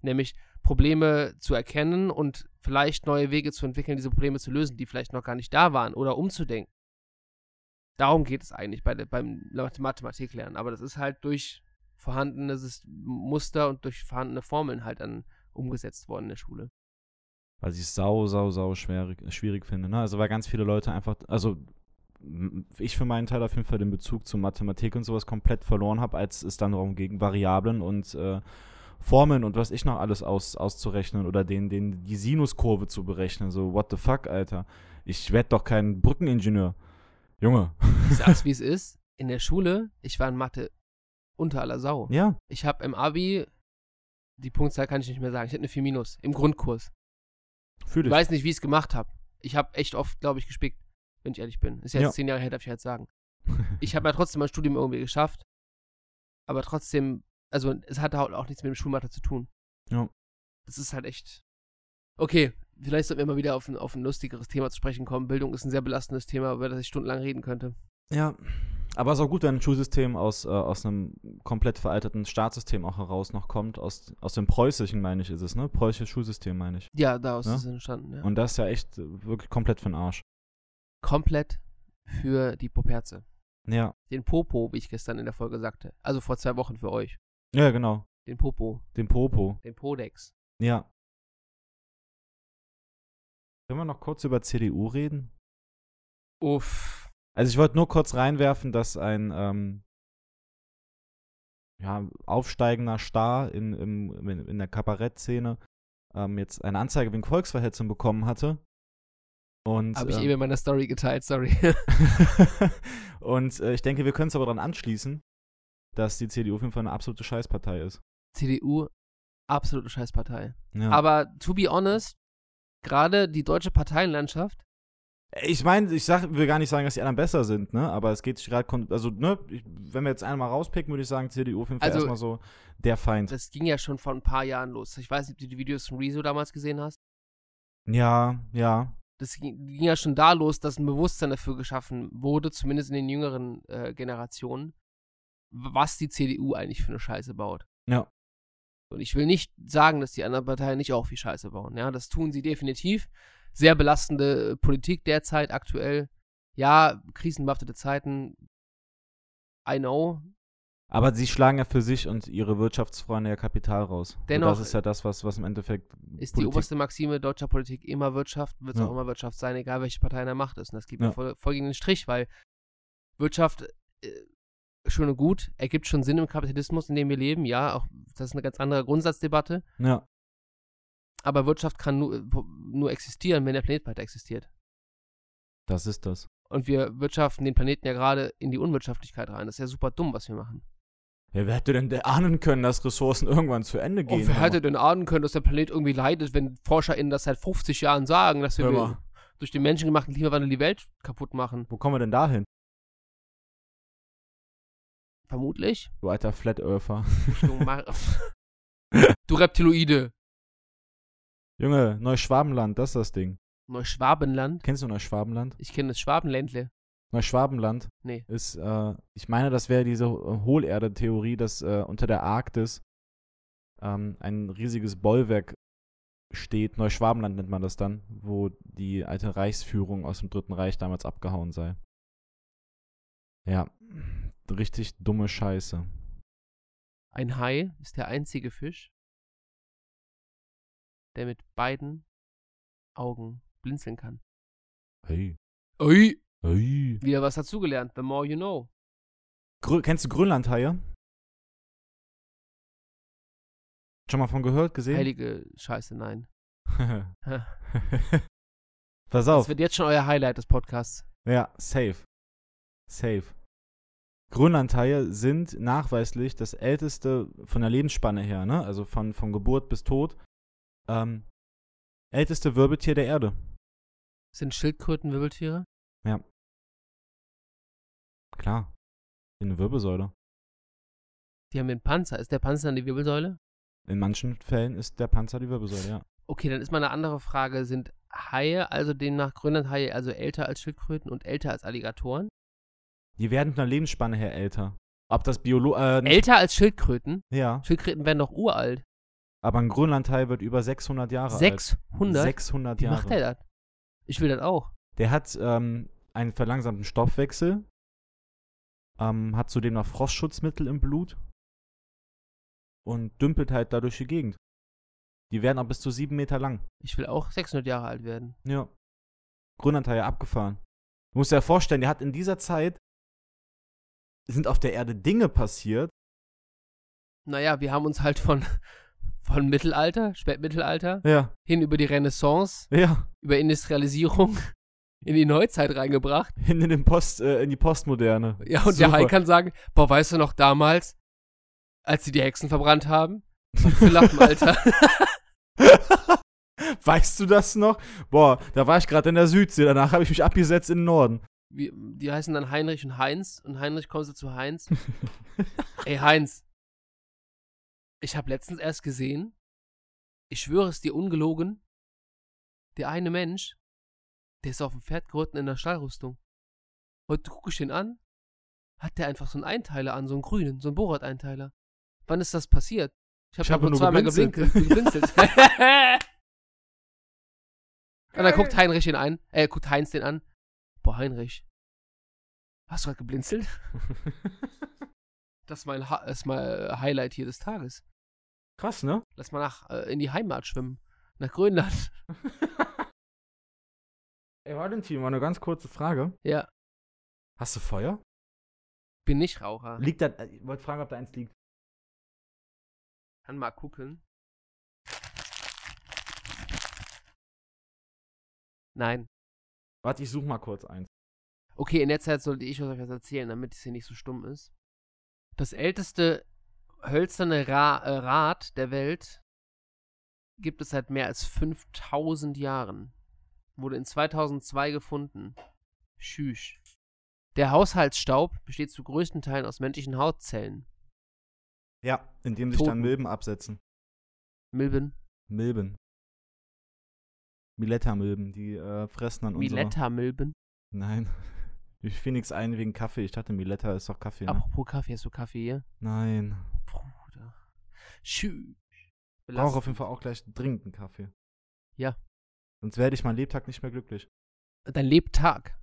Speaker 1: Nämlich Probleme zu erkennen und vielleicht neue Wege zu entwickeln, diese Probleme zu lösen, die vielleicht noch gar nicht da waren oder umzudenken. Darum geht es eigentlich bei, der- beim Math- Mathematiklernen. Aber das ist halt durch vorhandene Sys- Muster und durch vorhandene Formeln halt dann umgesetzt worden in der Schule.
Speaker 2: weil ich es sau, sau, sau schwierig, schwierig finde. Ne? Also weil ganz viele Leute einfach, also m- ich für meinen Teil auf jeden Fall den Bezug zu Mathematik und sowas komplett verloren habe, als es dann darum ging, Variablen und äh, Formeln und was ich noch alles aus, auszurechnen oder den, den, die Sinuskurve zu berechnen. So, what the fuck, Alter? Ich werd doch kein Brückeningenieur. Junge.
Speaker 1: Ich sag's, wie es ist. In der Schule, ich war in Mathe unter aller Sau.
Speaker 2: Ja.
Speaker 1: Ich habe im Abi, die Punktzahl kann ich nicht mehr sagen, ich hatte eine 4 minus im Grundkurs.
Speaker 2: Fühle
Speaker 1: Ich
Speaker 2: ich.
Speaker 1: weiß nicht, wie ich es gemacht habe. Ich habe echt oft, glaube ich, gespickt, wenn ich ehrlich bin. Ist ja jetzt
Speaker 2: Ja.
Speaker 1: zehn Jahre her, darf ich halt sagen. Ich habe ja trotzdem mein Studium irgendwie geschafft. Aber trotzdem, also es hat halt auch nichts mit dem Schulmathe zu tun.
Speaker 2: Ja.
Speaker 1: Das ist halt echt. Okay, vielleicht sollten wir mal wieder auf ein, auf ein lustigeres Thema zu sprechen kommen. Bildung ist ein sehr belastendes Thema, über das ich stundenlang reden könnte.
Speaker 2: Ja. Aber es ist auch gut, wenn ein Schulsystem aus, äh, aus einem komplett veralteten Staatssystem auch heraus noch kommt. Aus, aus dem preußischen, meine ich, ist es, ne? Preußisches Schulsystem, meine ich.
Speaker 1: Ja, daraus
Speaker 2: Ja.
Speaker 1: ist es entstanden. Ja.
Speaker 2: Und das ist ja echt äh, wirklich komplett für den Arsch.
Speaker 1: Komplett für die Poperze.
Speaker 2: Ja.
Speaker 1: Den Popo, wie ich gestern in der Folge sagte. Also vor zwei Wochen für euch.
Speaker 2: Ja, genau.
Speaker 1: Den Popo,
Speaker 2: Den Popo.
Speaker 1: den Podex.
Speaker 2: Ja. Können wir noch kurz über CDU reden?
Speaker 1: Uff.
Speaker 2: Also ich wollte nur kurz reinwerfen, dass ein ähm, ja, aufsteigender Star in, im, in, in der Kabarettszene ähm, jetzt eine Anzeige wegen Volksverhetzung bekommen hatte. Und,
Speaker 1: Habe ich
Speaker 2: ähm,
Speaker 1: eben in meiner Story geteilt, sorry.
Speaker 2: und äh, ich denke, wir können es aber daran anschließen, dass die CDU auf jeden Fall eine absolute Scheißpartei ist.
Speaker 1: CDU, absolute Scheißpartei.
Speaker 2: Ja.
Speaker 1: Aber to be honest, gerade die deutsche Parteienlandschaft,
Speaker 2: Ich meine, ich sag, will gar nicht sagen, dass die anderen besser sind, ne? Aber es geht gerade, kon- also ne, ich, wenn wir jetzt einmal rauspicken, würde ich sagen, CDU auf jeden Fall
Speaker 1: Also-
Speaker 2: erstmal so der Feind.
Speaker 1: das ging ja schon vor ein paar Jahren los. Ich weiß nicht, ob du die Videos von Rezo damals gesehen hast.
Speaker 2: Ja, ja,
Speaker 1: Das ging, ging ja schon da los, dass ein Bewusstsein dafür geschaffen wurde, zumindest in den jüngeren äh, Generationen, was die CDU eigentlich für eine Scheiße baut.
Speaker 2: Ja.
Speaker 1: Und ich will nicht sagen, dass die anderen Parteien nicht auch viel Scheiße bauen. Ja, das tun sie definitiv. Sehr belastende äh, Politik derzeit aktuell. Ja, krisenbehaftete Zeiten. I know.
Speaker 2: Aber sie schlagen ja für sich und ihre Wirtschaftsfreunde ja Kapital raus.
Speaker 1: Dennoch
Speaker 2: und das ist ja das, was, was im Endeffekt
Speaker 1: Ist die
Speaker 2: Politik-
Speaker 1: oberste Maxime deutscher Politik immer Wirtschaft, wird es
Speaker 2: Ja.
Speaker 1: auch immer Wirtschaft sein, egal welche Partei in der Macht ist. Und das geht mir
Speaker 2: Ja.
Speaker 1: voll, voll gegen den Strich, weil Wirtschaft äh, schön und gut, ergibt schon Sinn im Kapitalismus, in dem wir leben, ja, auch das ist eine ganz andere Grundsatzdebatte.
Speaker 2: Ja,
Speaker 1: Aber Wirtschaft kann nur, äh, nur existieren, wenn der Planet weiter existiert.
Speaker 2: das ist das.
Speaker 1: Und wir wirtschaften den Planeten ja gerade in die Unwirtschaftlichkeit rein. Das ist ja super dumm, was wir machen.
Speaker 2: Ja, wer hätte denn ahnen können, dass Ressourcen irgendwann zu Ende gehen?
Speaker 1: Und Oh, wer hätte denn ahnen können, dass der Planet irgendwie leidet, wenn ForscherInnen das seit 50 Jahren sagen, dass
Speaker 2: Hör
Speaker 1: wir
Speaker 2: mal.
Speaker 1: durch den menschengemachten Klimawandel die Welt kaputt machen?
Speaker 2: Wo kommen wir denn da hin?
Speaker 1: Vermutlich.
Speaker 2: Du alter Flat Earther.
Speaker 1: Du, Mar du Reptiloide.
Speaker 2: Junge, Neuschwabenland, das ist das Ding.
Speaker 1: Neuschwabenland.
Speaker 2: Kennst du Neuschwabenland?
Speaker 1: Ich kenne das Schwabenländle.
Speaker 2: Neuschwabenland
Speaker 1: Nee.
Speaker 2: ist, äh, ich meine, das wäre diese äh, Hohlerde-Theorie, dass äh, unter der Arktis ähm, ein riesiges Bollwerk steht. Neuschwabenland nennt man das dann, wo die alte Reichsführung aus dem Dritten Reich damals abgehauen sei. Ja, richtig dumme Scheiße.
Speaker 1: Ein Hai ist der einzige Fisch, der mit beiden Augen blinzeln kann.
Speaker 2: Hey,
Speaker 1: Ui,
Speaker 2: hey.
Speaker 1: wieder was dazugelernt. The more you know.
Speaker 2: Grö kennst du Grönlandhaie? Schon mal von gehört, gesehen?
Speaker 1: Heilige Scheiße, nein.
Speaker 2: Pass
Speaker 1: Das
Speaker 2: auf.
Speaker 1: wird jetzt schon euer Highlight des Podcasts.
Speaker 2: Ja, safe. Safe. Grönlandhaie sind nachweislich das älteste von der Lebensspanne her, ne? Also von, von Geburt bis Tod. Ähm, älteste Wirbeltier der Erde.
Speaker 1: Sind Schildkröten Wirbeltiere?
Speaker 2: Klar. In der Wirbelsäule.
Speaker 1: Die haben den Panzer. Ist der Panzer dann die Wirbelsäule?
Speaker 2: In manchen Fällen ist der Panzer die Wirbelsäule, ja.
Speaker 1: Okay, dann ist mal eine andere Frage. Sind Haie, also demnach Grönlandhaie, also älter als Schildkröten und älter als Alligatoren?
Speaker 2: Die werden von der Lebensspanne her älter. Ob das Biolo... Äh, nicht-
Speaker 1: Älter als Schildkröten?
Speaker 2: Ja.
Speaker 1: Schildkröten werden doch uralt.
Speaker 2: Aber ein Grönlandhai wird über 600 Jahre alt.
Speaker 1: 600?
Speaker 2: 600
Speaker 1: Wie
Speaker 2: Jahre.
Speaker 1: macht der das? Ich will das auch.
Speaker 2: Der hat ähm, einen verlangsamten Stoffwechsel, ähm, hat zudem noch Frostschutzmittel im Blut und dümpelt halt dadurch die Gegend. Die werden auch bis zu sieben Meter lang.
Speaker 1: Ich will auch 600 Jahre alt werden.
Speaker 2: Ja. Grönlandhaie abgefahren. Du musst dir ja vorstellen, der hat in dieser Zeit sind auf der Erde Dinge passiert.
Speaker 1: Naja, wir haben uns halt von, von Mittelalter, Spätmittelalter,
Speaker 2: Ja,
Speaker 1: hin über die Renaissance,
Speaker 2: ja.
Speaker 1: über Industrialisierung in die Neuzeit reingebracht.
Speaker 2: Hin in, den Post, äh, in die Postmoderne.
Speaker 1: Ja, und der
Speaker 2: Super.
Speaker 1: Hai kann sagen, boah, weißt du noch damals, als sie die Hexen verbrannt haben? Was für Lappen, Alter.
Speaker 2: Weißt du das noch? Boah, da war ich gerade in der Südsee. Danach habe ich mich abgesetzt in den Norden.
Speaker 1: Wie, die heißen dann Heinrich und Heinz und Heinrich kommst du zu Heinz. Ey, Heinz. Ich habe letztens erst gesehen, ich schwöre es dir ungelogen, der eine Mensch, der ist auf dem Pferd geritten in der Stahlrüstung. Heute gucke ich den an, hat der einfach so einen Einteiler an, so einen grünen, so einen Borat-Einteiler. Wann ist das passiert? Ich habe
Speaker 2: Ich
Speaker 1: hab
Speaker 2: habe
Speaker 1: nur
Speaker 2: nur
Speaker 1: zweimal geblinkt,
Speaker 2: geblinzelt.
Speaker 1: geblinzelt. Und dann guckt Heinrich ihn an, äh, guckt Heinz den an. Boah, Heinrich, hast du gerade geblinzelt? Das ist mein, ha das ist mein äh, Highlight hier des Tages.
Speaker 2: Krass, ne?
Speaker 1: Lass mal nach, äh, in die Heimat schwimmen. Nach Grönland.
Speaker 2: Ey, Valentin, mal eine ganz kurze Frage.
Speaker 1: Ja,
Speaker 2: Hast du Feuer?
Speaker 1: bin nicht Raucher.
Speaker 2: Liegt da. äh, Ich wollte fragen, ob da eins liegt.
Speaker 1: Kann mal gucken. Nein.
Speaker 2: Warte, ich suche mal kurz eins.
Speaker 1: Okay, in der Zeit sollte ich euch was erzählen, damit es hier nicht so stumm ist. Das älteste hölzerne Ra äh, Rad der Welt gibt es seit mehr als 5000 Jahren. Wurde in 2002 gefunden. Schüch. Der Haushaltsstaub besteht zu größten Teilen aus menschlichen Hautzellen.
Speaker 2: Ja, indem sich dann
Speaker 1: Toten.
Speaker 2: Milben absetzen.
Speaker 1: Milben.
Speaker 2: Milben. Miletta-Milben, die äh, fressen an unserer.
Speaker 1: Miletta-Milben.
Speaker 2: Nein. Ich fiel nichts ein wegen Kaffee. Ich dachte, Miletta ist doch Kaffee, ne?
Speaker 1: Apropos Kaffee, hast du Kaffee hier?
Speaker 2: Nein.
Speaker 1: Bruder. Schüch.
Speaker 2: Ich brauche auf jeden Fall auch gleich dringend einen Kaffee.
Speaker 1: Ja.
Speaker 2: Sonst werde ich meinen Lebtag nicht mehr glücklich.
Speaker 1: dein Lebtag.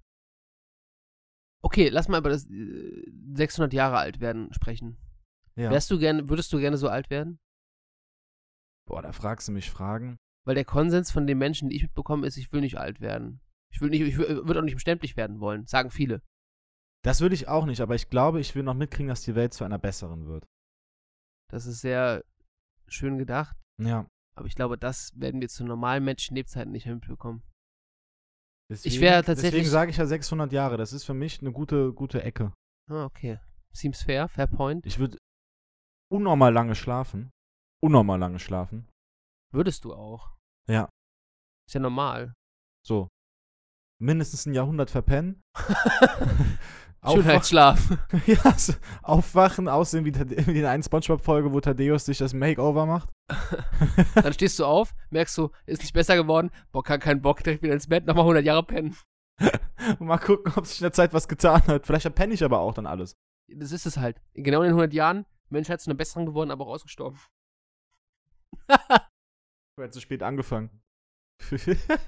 Speaker 1: Okay, lass mal über das äh, 600 Jahre alt werden sprechen.
Speaker 2: Ja.
Speaker 1: Wärst du gerne, würdest du gerne so alt werden?
Speaker 2: Boah, da fragst du mich Fragen.
Speaker 1: Weil der Konsens von den Menschen, die ich mitbekomme, ist, ich will nicht alt werden. Ich will nicht, ich würde auch nicht beständig werden wollen, sagen viele.
Speaker 2: Das würde ich auch nicht, aber ich glaube, ich will noch mitkriegen, dass die Welt zu einer besseren wird.
Speaker 1: Das ist sehr schön gedacht,
Speaker 2: Ja.
Speaker 1: aber ich glaube, das werden wir zu normalen menschlichen Lebzeiten nicht mehr mitbekommen.
Speaker 2: Deswegen,
Speaker 1: wäre tatsächlich-
Speaker 2: Deswegen sage ich ja 600 Jahre. Das ist für mich eine gute, gute Ecke.
Speaker 1: Ah, okay. Seems fair, fair point.
Speaker 2: Ich würde unnormal lange schlafen. Unnormal lange schlafen.
Speaker 1: Würdest du auch.
Speaker 2: Ja.
Speaker 1: Ist ja normal.
Speaker 2: So. Mindestens ein Jahrhundert verpennen. Aufwachen,
Speaker 1: Schönheitsschlaf.
Speaker 2: ja, so, aufwachen, aussehen wie, Tade- wie in einer Spongebob-Folge, wo Thaddeus sich das Makeover macht.
Speaker 1: Dann stehst du auf, merkst du, ist nicht besser geworden, Bock, kein, kein Bock, direkt wieder ins Bett, nochmal 100 Jahre pennen.
Speaker 2: Und mal gucken, ob sich in der Zeit was getan hat. Vielleicht verpenne ich aber auch dann alles.
Speaker 1: Das ist es halt. Genau in den 100 Jahren, Menschheit zu einer besseren geworden, aber auch ausgestorben.
Speaker 2: Ich habe zu spät angefangen.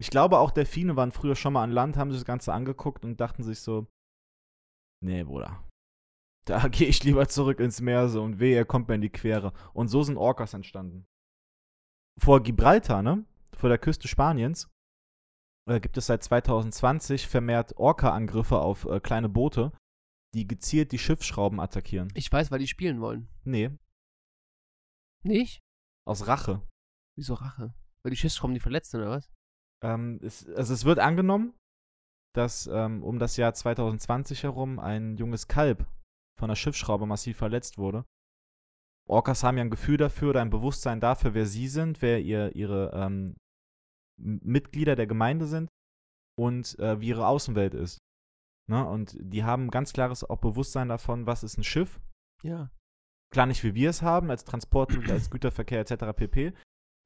Speaker 2: ich glaube, auch Delfine waren früher schon mal an Land, haben sich das Ganze angeguckt und dachten sich so: Nee, Bruder. Da gehe ich lieber zurück ins Meer so und wehe, er kommt mir in die Quere. Und so sind Orcas entstanden. Vor Gibraltar, ne? Vor der Küste Spaniens äh, gibt es seit 2020 vermehrt Orca-Angriffe auf äh, kleine Boote, die gezielt die Schiffsschrauben attackieren.
Speaker 1: Ich weiß, weil die spielen wollen.
Speaker 2: Nee.
Speaker 1: Nicht?
Speaker 2: Aus Rache.
Speaker 1: Wieso Rache? Weil die Schiffsschrauben die verletzten oder was?
Speaker 2: Ähm, es, also es wird angenommen, dass ähm, um das Jahr 2020 herum ein junges Kalb von der Schiffsschraube massiv verletzt wurde. Orcas haben ja ein Gefühl dafür oder ein Bewusstsein dafür, wer sie sind, wer ihr, ihre ähm, M- Mitglieder der Gemeinde sind und äh, wie ihre Außenwelt ist. Ne? Und die haben ganz klares auch Bewusstsein davon, was ist ein Schiff.
Speaker 1: Ja.
Speaker 2: Klar nicht, wie wir es haben, als Transportmittel, als Güterverkehr etc. pp.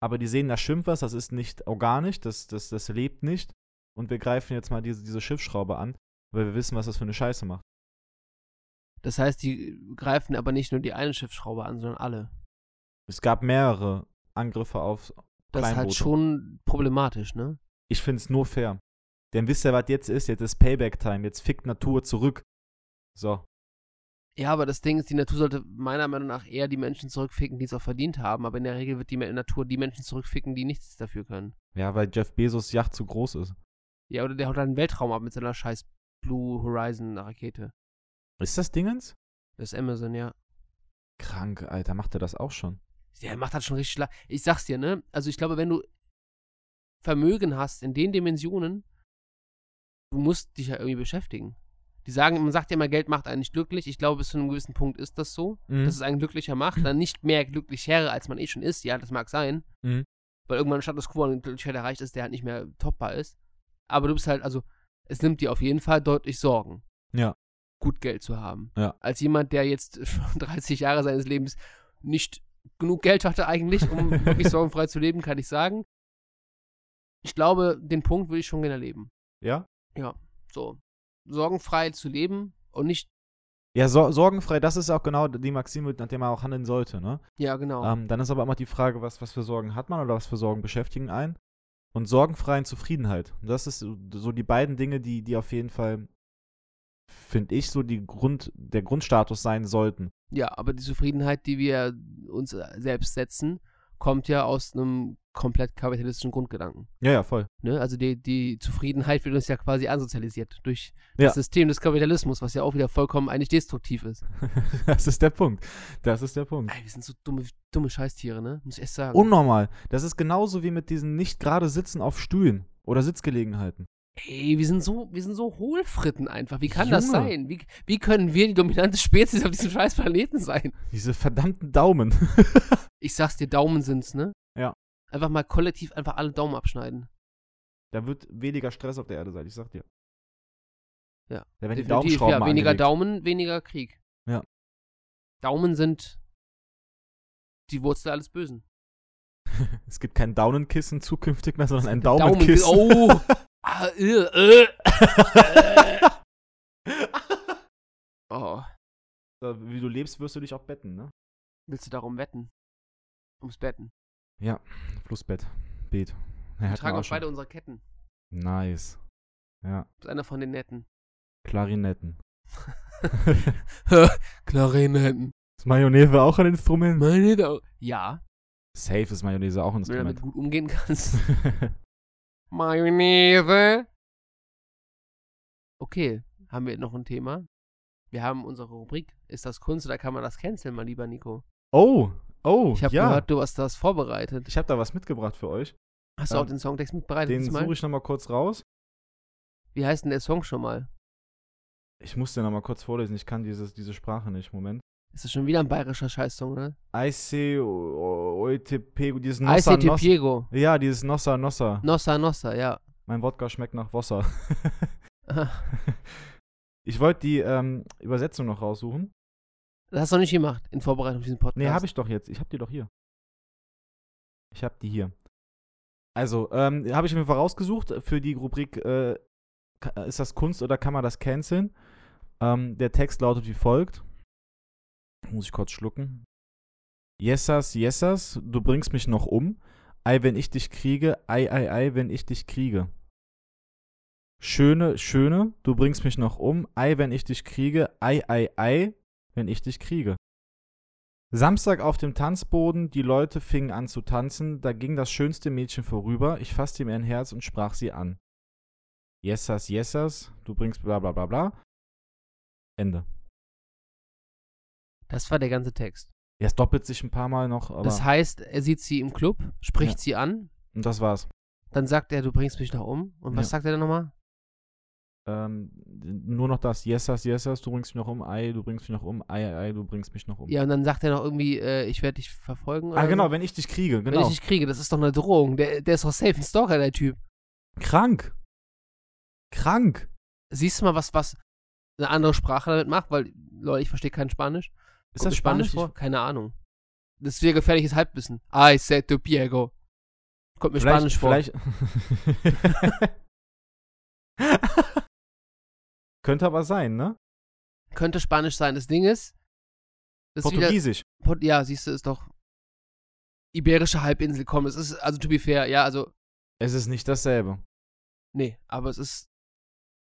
Speaker 2: Aber die sehen, da schwimmt was, das ist nicht organisch, das, das, das lebt nicht. Und wir greifen jetzt mal diese, diese Schiffsschraube an, weil wir wissen, was das für eine Scheiße macht.
Speaker 1: Das heißt, die greifen aber nicht nur die eine Schiffsschraube an, sondern alle.
Speaker 2: Es gab mehrere Angriffe auf.
Speaker 1: Das ist halt
Speaker 2: Kleinboote.
Speaker 1: schon problematisch, ne?
Speaker 2: Ich finde es nur fair. Denn wisst ihr, was jetzt ist? Jetzt ist Payback-Time. Jetzt fickt Natur zurück. So.
Speaker 1: Ja, aber das Ding ist, die Natur sollte meiner Meinung nach eher die Menschen zurückficken, die es auch verdient haben. Aber in der Regel wird die Me- Natur die Menschen zurückficken, die nichts dafür können.
Speaker 2: Ja, weil Jeff Bezos Yacht zu groß ist.
Speaker 1: Ja, oder der haut dann den Weltraum ab mit seiner scheiß Blue Horizon-Rakete.
Speaker 2: Ist das Dingens?
Speaker 1: Das ist Amazon, ja.
Speaker 2: Krank, Alter. Macht er das auch schon?
Speaker 1: Der macht das schon richtig schla. Ich sag's dir, ne? Also ich glaube, wenn du Vermögen hast in den Dimensionen, du musst dich ja irgendwie beschäftigen. Die sagen, man sagt ja immer, Geld macht einen nicht glücklich. Ich glaube, bis zu einem gewissen Punkt ist das so,
Speaker 2: Mhm.
Speaker 1: dass es einen glücklicher macht, dann nicht mehr glücklicher, als man eh schon ist. Ja, das mag sein.
Speaker 2: Mhm.
Speaker 1: Weil irgendwann ein Status quo an Glücklichkeit erreicht ist, der halt nicht mehr topbar ist. Aber du bist halt, also, es nimmt dir auf jeden Fall deutlich Sorgen.
Speaker 2: Ja.
Speaker 1: Gut Geld zu haben.
Speaker 2: Ja.
Speaker 1: Als jemand, der jetzt schon 30 Jahre seines Lebens nicht genug Geld hatte eigentlich, um wirklich sorgenfrei zu leben, kann ich sagen. Ich glaube, den Punkt würde ich schon gerne erleben.
Speaker 2: Ja?
Speaker 1: So, sorgenfrei zu leben und nicht,
Speaker 2: Ja, sor- sorgenfrei, das ist auch genau die Maxime, nach der man auch handeln sollte, ne?
Speaker 1: ja genau,
Speaker 2: Ähm, dann ist aber immer die Frage, was, was für Sorgen hat man oder was für Sorgen beschäftigen einen? Und sorgenfreien Zufriedenheit. Und Das ist so- so die beiden Dinge, die, die auf jeden Fall, finde ich, so die Grund, der Grundstatus sein sollten.
Speaker 1: Ja, aber die Zufriedenheit, die wir uns äh, selbst setzen, kommt ja aus einem komplett kapitalistischen Grundgedanken.
Speaker 2: Ja, ja, voll.
Speaker 1: Ne? Also die, die Zufriedenheit wird uns ja quasi ansozialisiert durch
Speaker 2: Ja.
Speaker 1: das System des Kapitalismus, was ja auch wieder vollkommen eigentlich destruktiv ist.
Speaker 2: Mhm. das ist der Punkt. Das ist der Punkt.
Speaker 1: Ey, wir sind so dumme, dumme Scheißtiere, ne? Muss ich echt sagen.
Speaker 2: Unnormal. Das ist genauso wie mit diesen nicht gerade Sitzen auf Stühlen oder Sitzgelegenheiten.
Speaker 1: Ey, wir sind so, wir sind so Hohlfritten einfach. Wie kann das
Speaker 2: Junge.
Speaker 1: sein? Wie, wie können wir die dominante Spezies auf diesem scheiß Planeten sein?
Speaker 2: Diese verdammten Daumen.
Speaker 1: Ich sag's dir, Daumen sind's, ne?
Speaker 2: Ja.
Speaker 1: Einfach mal kollektiv einfach alle Daumen abschneiden.
Speaker 2: da wird weniger Stress auf der Erde sein, ich sag dir.
Speaker 1: Ja,
Speaker 2: Da werden die
Speaker 1: Definitiv,
Speaker 2: Daumenschrauben
Speaker 1: ja, weniger
Speaker 2: angelegt.
Speaker 1: Daumen, weniger Krieg.
Speaker 2: Ja.
Speaker 1: Daumen sind die Wurzel alles Bösen.
Speaker 2: Es gibt kein Daunenkissen zukünftig mehr, sondern ein
Speaker 1: Daumen-
Speaker 2: Daumenkissen.
Speaker 1: Oh! ah, äh, äh. oh,
Speaker 2: Da, Wie du lebst, wirst du dich auch betten, ne?
Speaker 1: willst du darum wetten? Ums Betten.
Speaker 2: Flussbett. Beet. Ja,
Speaker 1: Wir
Speaker 2: hatten
Speaker 1: tragen
Speaker 2: auch
Speaker 1: auch
Speaker 2: schon.
Speaker 1: beide unsere Ketten.
Speaker 2: Nice. Ja,
Speaker 1: Du bist einer von den Netten.
Speaker 2: Klarinetten.
Speaker 1: Klarinetten.
Speaker 2: Ist Mayonnaise auch ein Instrument?
Speaker 1: Meine Dau Ja,
Speaker 2: Safe ist Mayonnaise auch ein
Speaker 1: wenn du damit
Speaker 2: Instrument.
Speaker 1: gut umgehen kannst. Mayonnaise. Okay, haben wir noch ein Thema? Wir haben unsere Rubrik. Ist das Kunst oder kann man das canceln, mein lieber Nico?
Speaker 2: oh, oh,
Speaker 1: Ich habe
Speaker 2: ja.
Speaker 1: gehört, du hast das vorbereitet.
Speaker 2: Ich habe da was mitgebracht für euch.
Speaker 1: Hast du auch
Speaker 2: Ähm,
Speaker 1: den Songtext mitbereitet?
Speaker 2: Den
Speaker 1: diesmal?
Speaker 2: suche ich nochmal kurz raus.
Speaker 1: Wie heißt denn der Song schon mal?
Speaker 2: Ich muss den nochmal kurz vorlesen. Ich kann dieses, diese Sprache nicht. Moment.
Speaker 1: Ist das schon wieder ein bayerischer Scheißsong, ne?
Speaker 2: IC, OETP, dieses Nossa,
Speaker 1: ICT
Speaker 2: Nossa.
Speaker 1: Piego.
Speaker 2: Ja, dieses Nossa, Nossa.
Speaker 1: Nossa, Nossa, ja.
Speaker 2: Mein Wodka schmeckt nach Wasser. ich wollte die ähm, Übersetzung noch raussuchen.
Speaker 1: Das hast du noch nicht gemacht in Vorbereitung auf diesen Podcast.
Speaker 2: Nee, habe ich doch jetzt. Ich habe die doch hier. Ich habe die hier. Also, ähm, habe ich mir vorausgesucht für die Rubrik äh, ka- Ist das Kunst oder kann man das canceln? Ähm, der Text lautet wie folgt. Muss ich kurz schlucken. Yesas, yesas, du bringst mich noch um. Ei, wenn ich dich kriege. Ei, ei, ei, wenn ich dich kriege. Schöne, schöne, du bringst mich noch um. Ei, wenn ich dich kriege. Ei, ei, ei, wenn ich dich kriege. Samstag auf dem Tanzboden, die Leute fingen an zu tanzen, da ging das schönste Mädchen vorüber, ich fasste ihm ein Herz und sprach sie an. Yesas, yesas, du bringst bla bla bla bla. Ende.
Speaker 1: Das war der ganze Text.
Speaker 2: Ja, es doppelt sich ein paar Mal noch, aber.
Speaker 1: Das heißt, er sieht sie im Club, spricht
Speaker 2: Ja.
Speaker 1: sie an,
Speaker 2: und das war's.
Speaker 1: dann sagt er, du bringst mich noch um. Und was
Speaker 2: Ja.
Speaker 1: sagt er dann nochmal?
Speaker 2: Ähm, nur noch das, yesas, yesas, du bringst mich noch um, ei, du bringst mich noch um, ei, ei, ei, du bringst mich noch um.
Speaker 1: Ja, und dann sagt er noch irgendwie, äh, ich werde dich verfolgen.
Speaker 2: ah,
Speaker 1: oder
Speaker 2: genau,
Speaker 1: so.
Speaker 2: wenn ich dich kriege,
Speaker 1: Wenn
Speaker 2: genau.
Speaker 1: ich dich kriege, das ist doch eine Drohung. Der, der ist doch safe ein Stalker, der Typ.
Speaker 2: Krank. Krank.
Speaker 1: Siehst du mal, was, was eine andere Sprache damit macht? Weil, Leute, ich verstehe kein Spanisch.
Speaker 2: Ist das Spanisch?
Speaker 1: vor? Keine Ahnung. Das ist wieder gefährliches Halbwissen. I said to Diego. Kommt mir Spanisch vor.
Speaker 2: vielleicht, Vielleicht. Könnte aber sein, ne?
Speaker 1: Könnte Spanisch sein. Das Ding ist, das ist wieder,
Speaker 2: Portugiesisch.
Speaker 1: Port ja, siehst du, ist doch Iberische Halbinsel. Komm, es ist, also to be fair, ja, also,
Speaker 2: Es ist nicht dasselbe.
Speaker 1: nee, aber es ist,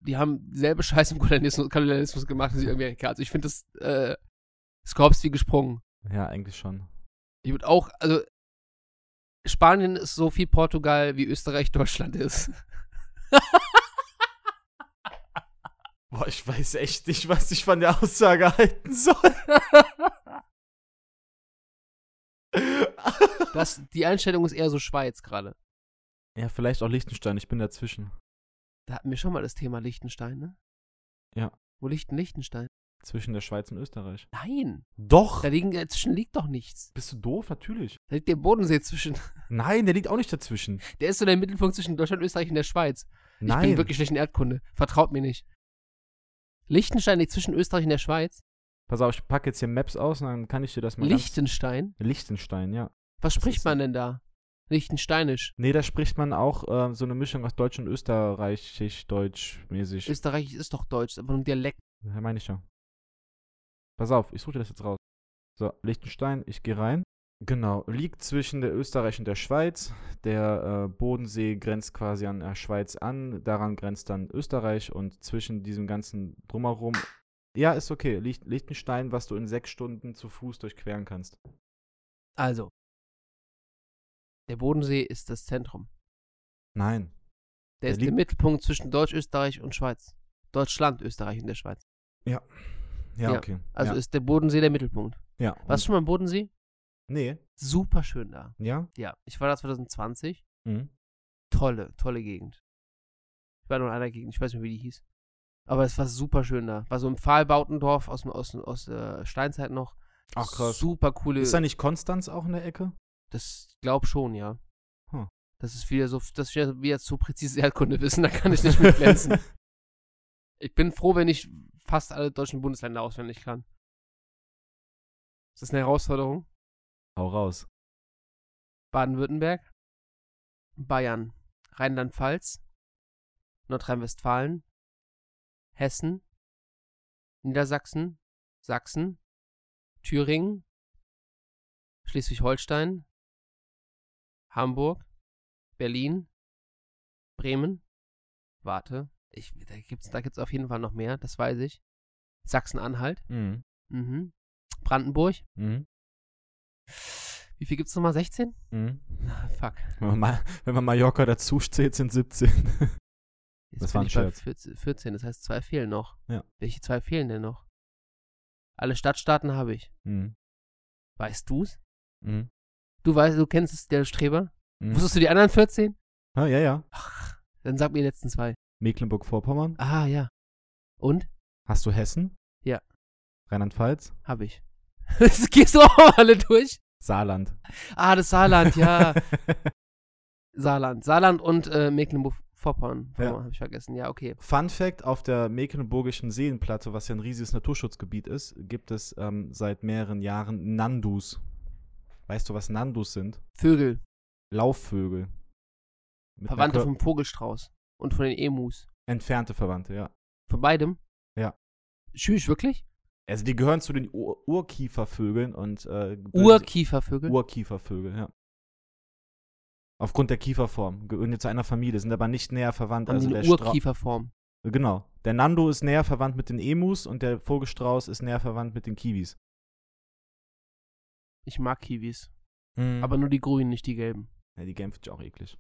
Speaker 1: die haben dieselbe Scheiße im Kolonialismus, Kolonialismus gemacht in Südamerika. Also ich finde das, äh, Scorps wie gesprungen.
Speaker 2: Ja, eigentlich schon.
Speaker 1: Ich würde auch, also, Spanien ist so viel Portugal, wie Österreich Deutschland ist.
Speaker 2: Boah, ich weiß echt nicht, was ich von der Aussage halten soll.
Speaker 1: Das, die Einstellung ist eher so Schweiz gerade.
Speaker 2: ja, vielleicht auch Liechtenstein, ich bin dazwischen.
Speaker 1: Da hatten wir schon mal das Thema Liechtenstein, ne?
Speaker 2: Ja.
Speaker 1: Wo liegt denn Liechtenstein?
Speaker 2: Zwischen der Schweiz und Österreich.
Speaker 1: Nein,
Speaker 2: Doch!
Speaker 1: da liegen, dazwischen liegt doch nichts.
Speaker 2: Bist du doof? Natürlich.
Speaker 1: Da liegt der Bodensee zwischen.
Speaker 2: Nein, der liegt auch nicht dazwischen.
Speaker 1: Der ist so der Mittelpunkt zwischen Deutschland, Österreich und der Schweiz.
Speaker 2: Nein.
Speaker 1: Ich bin wirklich schlecht in Erdkunde. Vertraut mir nicht. Liechtenstein liegt zwischen Österreich und der Schweiz.
Speaker 2: Pass auf, ich packe jetzt hier Maps aus und dann kann ich dir das mal ganz...
Speaker 1: Liechtenstein?
Speaker 2: Liechtenstein, ja.
Speaker 1: Was spricht
Speaker 2: ist-
Speaker 1: man denn da? Liechtensteinisch.
Speaker 2: Nee, da spricht man auch äh, so eine Mischung aus Deutsch und Österreichisch, Deutsch-mäßig.
Speaker 1: Österreichisch ist doch Deutsch, aber ein Dialekt.
Speaker 2: Ja, meine ich ja. Pass auf, ich suche dir das jetzt raus. So, Liechtenstein, ich gehe rein. Genau, liegt zwischen der Österreich und der Schweiz. Der äh, Bodensee grenzt quasi an der Schweiz an, daran grenzt dann Österreich und zwischen diesem ganzen Drumherum. Ja, ist okay. Liech- Liechtenstein, was du in sechs Stunden zu Fuß durchqueren kannst.
Speaker 1: Also. Der Bodensee ist das Zentrum.
Speaker 2: Nein.
Speaker 1: Der
Speaker 2: Der
Speaker 1: ist der
Speaker 2: liegt-
Speaker 1: Mittelpunkt zwischen Deutsch, Österreich und Schweiz. Deutschland, Österreich und der Schweiz.
Speaker 2: Ja,
Speaker 1: Ja,
Speaker 2: okay.
Speaker 1: Also
Speaker 2: ja. Mhm.
Speaker 1: ist der Bodensee der Mittelpunkt.
Speaker 2: ja.
Speaker 1: Warst du schon mal im Bodensee?
Speaker 2: Nee.
Speaker 1: Super schön da.
Speaker 2: Ja?
Speaker 1: Ja, ich war da 2020.
Speaker 2: Mhm.
Speaker 1: Tolle, tolle Gegend. Ich war nur in einer Gegend, ich weiß nicht, mehr, wie die hieß. Aber es war super schön da. War so im Pfahlbautendorf aus, dem- aus, dem- aus äh, Steinzeit noch.
Speaker 2: Ach krass.
Speaker 1: Super coole.
Speaker 2: Ist da nicht Konstanz auch in der Ecke?
Speaker 1: das glaub schon, ja.
Speaker 2: Hm.
Speaker 1: Das ist wieder so, das ist wieder, wieder zu präzise Erdkundewissen, da kann ich nicht mit glänzen. Ich bin froh, wenn ich fast alle deutschen Bundesländer auswendig kann. Ist das eine Herausforderung?
Speaker 2: Hau raus.
Speaker 1: Baden-Württemberg, Bayern, Rheinland-Pfalz, Nordrhein-Westfalen, Hessen, Niedersachsen, Sachsen, Thüringen, Schleswig-Holstein, Hamburg, Berlin, Bremen. Warte, ich, da gibt es da gibt's auf jeden Fall noch mehr, das weiß ich. Sachsen-Anhalt,
Speaker 2: Mhm.
Speaker 1: mhm. Brandenburg.
Speaker 2: Mhm.
Speaker 1: Wie viel gibt's nochmal? 16?
Speaker 2: Mhm.
Speaker 1: Na, fuck.
Speaker 2: Wenn man, Ma- wenn man Mallorca dazu steht, sind 17.
Speaker 1: Jetzt
Speaker 2: Das
Speaker 1: bin
Speaker 2: war ein
Speaker 1: ich bei
Speaker 2: Scherz.
Speaker 1: 14, 14, das heißt, zwei fehlen noch.
Speaker 2: Ja.
Speaker 1: Welche zwei fehlen denn noch? Alle Stadtstaaten habe ich.
Speaker 2: Mhm.
Speaker 1: Weißt du's? Hm.
Speaker 2: Mhm.
Speaker 1: Du weißt, du kennst es, der Streber?
Speaker 2: Mhm.
Speaker 1: Wusstest du die anderen 14?
Speaker 2: Ah, ja, ja.
Speaker 1: Ach, dann sag mir die letzten zwei.
Speaker 2: Mecklenburg-Vorpommern.
Speaker 1: Ah, ja. Und?
Speaker 2: Hast du Hessen?
Speaker 1: Ja.
Speaker 2: Rheinland-Pfalz?
Speaker 1: Habe ich. Das gehst du auch alle durch?
Speaker 2: Saarland.
Speaker 1: Ah, das Saarland, ja. Saarland. Saarland und äh, Mecklenburg-Vorpommern.
Speaker 2: Ja.
Speaker 1: Habe ich vergessen. Ja, okay.
Speaker 2: Fun Fact: Auf der Mecklenburgischen Seenplatte, was ja ein riesiges Naturschutzgebiet ist, gibt es ähm, seit mehreren Jahren Nandus. Weißt du, was Nandus sind?
Speaker 1: Vögel.
Speaker 2: Laufvögel. Mit einer
Speaker 1: Verwandte
Speaker 2: Kör-
Speaker 1: vom Vogelstrauß. Und von den Emus.
Speaker 2: Entfernte Verwandte, ja.
Speaker 1: Von beidem?
Speaker 2: Ja.
Speaker 1: Tschüss, wirklich?
Speaker 2: Also die gehören zu den Ur Urkiefervögeln und äh, bilden-
Speaker 1: Urkiefervögel?
Speaker 2: Urkiefervögel, ja. Aufgrund der Kieferform gehören die zu einer Familie, sind aber nicht näher verwandt.
Speaker 1: haben
Speaker 2: also
Speaker 1: die
Speaker 2: der
Speaker 1: eine
Speaker 2: Stra-
Speaker 1: Urkieferform.
Speaker 2: Genau. Der Nando ist näher verwandt mit den Emus und der Vogelstrauß ist näher verwandt mit den Kiwis.
Speaker 1: Ich mag Kiwis. Mhm. Aber
Speaker 2: Aber
Speaker 1: nur die grünen, nicht die gelben.
Speaker 2: ja, die Genf ist auch eklig.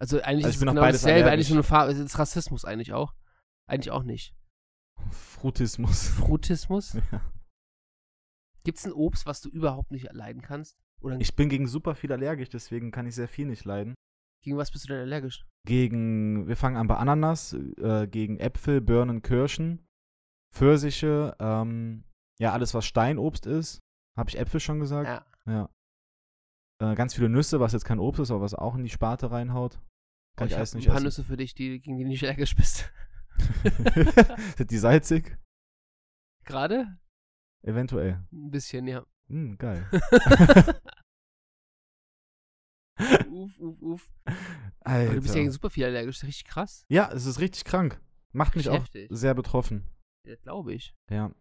Speaker 1: Also eigentlich
Speaker 2: Also ich
Speaker 1: ist es
Speaker 2: bin auf
Speaker 1: genau
Speaker 2: beides
Speaker 1: dasselbe. Eigentlich
Speaker 2: allergisch.
Speaker 1: nur eine Farbe. Es ist Rassismus eigentlich auch. Eigentlich auch nicht.
Speaker 2: Frutismus.
Speaker 1: Frutismus?
Speaker 2: ja.
Speaker 1: Gibt es ein Obst, was du überhaupt nicht leiden kannst? Oder
Speaker 2: Ich bin gegen super viel allergisch, deswegen kann ich sehr viel nicht leiden.
Speaker 1: gegen was bist du denn allergisch?
Speaker 2: Gegen, wir fangen an bei Ananas, äh, gegen Äpfel, Birnen, Kirschen, Pfirsiche, ähm, ja, alles, was Steinobst ist. Habe ich Äpfel schon gesagt?
Speaker 1: Ja.
Speaker 2: Ja. Äh, ganz viele Nüsse, was jetzt kein Obst ist, aber was auch in die Sparte reinhaut.
Speaker 1: Oh,
Speaker 2: Kann ich
Speaker 1: hab
Speaker 2: alles nicht
Speaker 1: ein
Speaker 2: also
Speaker 1: paar
Speaker 2: essen.
Speaker 1: Nüsse für dich, die, gegen die du nicht allergisch bist.
Speaker 2: Sind die salzig?
Speaker 1: Gerade?
Speaker 2: Eventuell.
Speaker 1: Ein bisschen, ja.
Speaker 2: Hm, geil.
Speaker 1: uff, uff, uff. Aber
Speaker 2: Alter.
Speaker 1: du bist ja gegen super viel allergisch, das ist richtig krass.
Speaker 2: ja, es ist richtig krank. Macht mich
Speaker 1: Richtig
Speaker 2: auch
Speaker 1: heftig.
Speaker 2: sehr betroffen.
Speaker 1: Ja, glaube ich.
Speaker 2: Ja.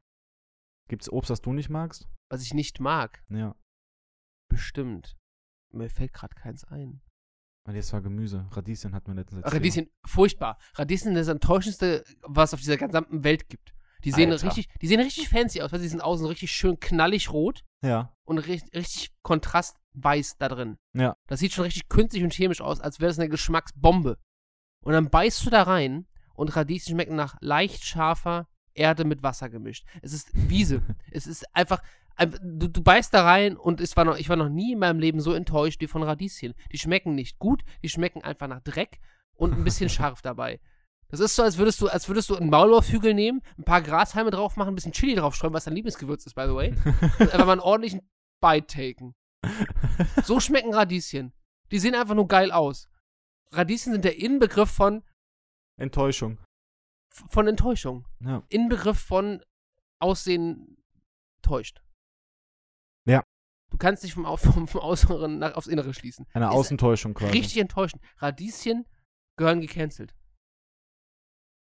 Speaker 2: Gibt's Obst, das du nicht magst?
Speaker 1: Was ich nicht mag,
Speaker 2: Ja.
Speaker 1: bestimmt. Mir fällt gerade keins ein.
Speaker 2: Und jetzt war Gemüse. Radieschen hatten wir letztens. erzählt.
Speaker 1: Radieschen, furchtbar. Radieschen ist das enttäuschendste, was auf dieser gesamten Welt gibt. Die sehen,
Speaker 2: Alter.
Speaker 1: richtig, die sehen richtig fancy aus, weil sie sind außen richtig schön knallig rot
Speaker 2: Ja.
Speaker 1: und richtig, richtig kontrastweiß da drin.
Speaker 2: Ja.
Speaker 1: Das sieht schon richtig künstlich und chemisch aus, als wäre das eine Geschmacksbombe. Und dann beißt du da rein und Radieschen schmecken nach leicht scharfer Erde mit Wasser gemischt. Es ist Wiese. es ist einfach. ein- Du, du beißt da rein und ich war, noch, ich war noch nie in meinem Leben so enttäuscht wie von Radieschen. Die schmecken nicht gut, die schmecken einfach nach Dreck und ein bisschen scharf dabei. Das ist so, als würdest du, als würdest du einen Maulwurfhügel nehmen, ein paar Grashalme drauf machen, ein bisschen Chili draufstreuen, was dein Lieblingsgewürz ist, by the way. Und einfach mal einen ordentlichen Bite taken. So schmecken Radieschen. Die sehen einfach nur geil aus. Radieschen sind der Inbegriff von,
Speaker 2: Enttäuschung.
Speaker 1: von Enttäuschung.
Speaker 2: Ja.
Speaker 1: Inbegriff von Aussehen täuscht.
Speaker 2: Ja.
Speaker 1: Du kannst dich vom, Au- vom, vom Äußeren nach, aufs Innere schließen.
Speaker 2: Eine
Speaker 1: Ist
Speaker 2: Außentäuschung quasi.
Speaker 1: Richtig enttäuschend. Radieschen gehören gecancelt.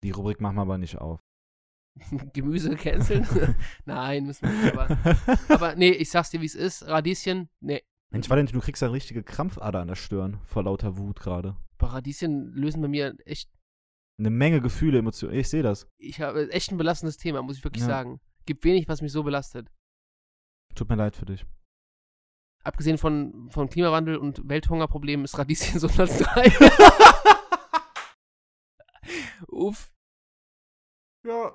Speaker 2: Die Rubrik machen wir aber nicht auf.
Speaker 1: Gemüse canceln? Nein, müssen wir nicht. Aber, aber nee, ich sag's dir, wie es ist. Radieschen, nee.
Speaker 2: Mensch, Valentin, du kriegst ja richtige Krampfader an der Stirn vor lauter Wut gerade.
Speaker 1: Bei Radieschen lösen bei mir echt
Speaker 2: Eine Menge Gefühle, Emotionen. Ich sehe das.
Speaker 1: ich habe echt ein belastendes Thema, muss ich wirklich
Speaker 2: Ja.
Speaker 1: sagen. Gibt wenig, was mich so belastet.
Speaker 2: Tut mir leid für dich.
Speaker 1: Abgesehen von, von Klimawandel und Welthungerproblemen ist Radieschen so Platz 3. Uff.
Speaker 2: Ja.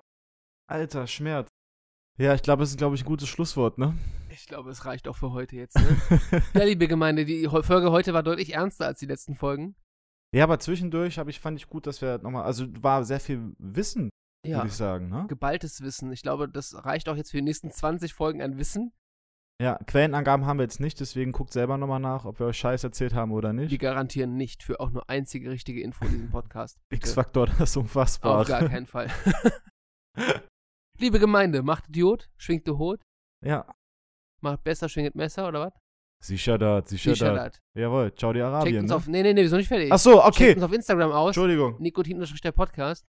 Speaker 2: Alter, Schmerz. Ja, ich glaube, es ist, glaube ich, ein gutes Schlusswort, ne?
Speaker 1: Ich glaube, es reicht auch für heute jetzt. Ne? ja, liebe Gemeinde, die Heu- Folge heute war deutlich ernster als die letzten Folgen.
Speaker 2: ja, aber zwischendurch hab ich, fand ich gut, dass wir nochmal, also war sehr viel Wissen,
Speaker 1: Ja,
Speaker 2: würde ich sagen, ne?
Speaker 1: geballtes Wissen. Ich glaube, das reicht auch jetzt für die nächsten 20 Folgen an Wissen.
Speaker 2: Ja, Quellenangaben haben wir jetzt nicht, deswegen guckt selber nochmal nach, ob wir euch Scheiß erzählt haben oder
Speaker 1: Wir
Speaker 2: nicht.
Speaker 1: garantieren nicht für auch nur einzige richtige Info in diesem Podcast. Bitte.
Speaker 2: X-Faktor, das ist unfassbar.
Speaker 1: Auf gar keinen Fall. liebe Gemeinde, macht Idiot, schwingt die Hut.
Speaker 2: ja.
Speaker 1: Macht besser, schwinget Messer oder was?
Speaker 2: Sicher dat, sicher dat.
Speaker 1: Shisha-Dat.
Speaker 2: Jawohl, ciao die
Speaker 1: Checkt
Speaker 2: Arabien,
Speaker 1: uns
Speaker 2: ne?
Speaker 1: auf. Nee, nee, nee, wir sind noch nicht fertig.
Speaker 2: Ach so,
Speaker 1: Checkt
Speaker 2: okay.
Speaker 1: uns auf Instagram aus.
Speaker 2: Entschuldigung.
Speaker 1: Nikotin der Podcast.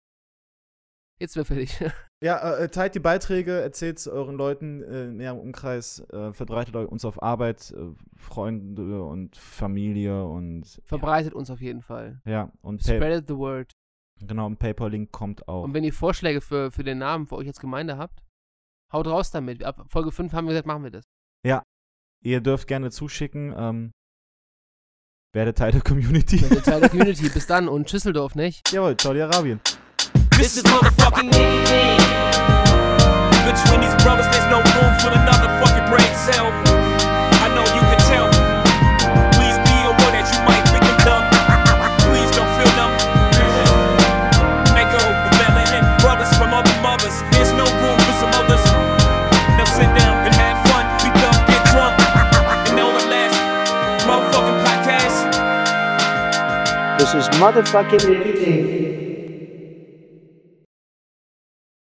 Speaker 1: Jetzt sind wir fertig.
Speaker 2: Ja, äh, teilt die Beiträge, erzählt es euren Leuten äh, in ihrem Umkreis, äh, verbreitet eu- uns auf Arbeit, äh, Freunde und Familie und
Speaker 1: Verbreitet uns auf jeden Fall.
Speaker 2: ja, und Pay
Speaker 1: Spreadet the word.
Speaker 2: genau, ein PayPal-Link kommt auch.
Speaker 1: Und wenn ihr Vorschläge für, für den Namen für euch als Gemeinde habt, haut raus damit. Ab Folge 5 haben wir gesagt, machen wir das.
Speaker 2: Ihr dürft gerne zuschicken, ähm, werdet Teil der Community.
Speaker 1: Wenn ihr Teil der Community. Bis dann und Schüsseldorf, nicht?
Speaker 2: Jawohl, Saudi-Arabien.
Speaker 3: This is motherfucking easy. Between these brothers, there's no room for another fucking brain cell. I know you can tell. Please be aware that you might pick them up. Please don't feel them. Echo, the melanin, brothers from other mothers. There's no room for some others. Now sit down and have fun. We don't get drunk. And on the last motherfucking podcast.
Speaker 4: This is motherfucking ridiculous.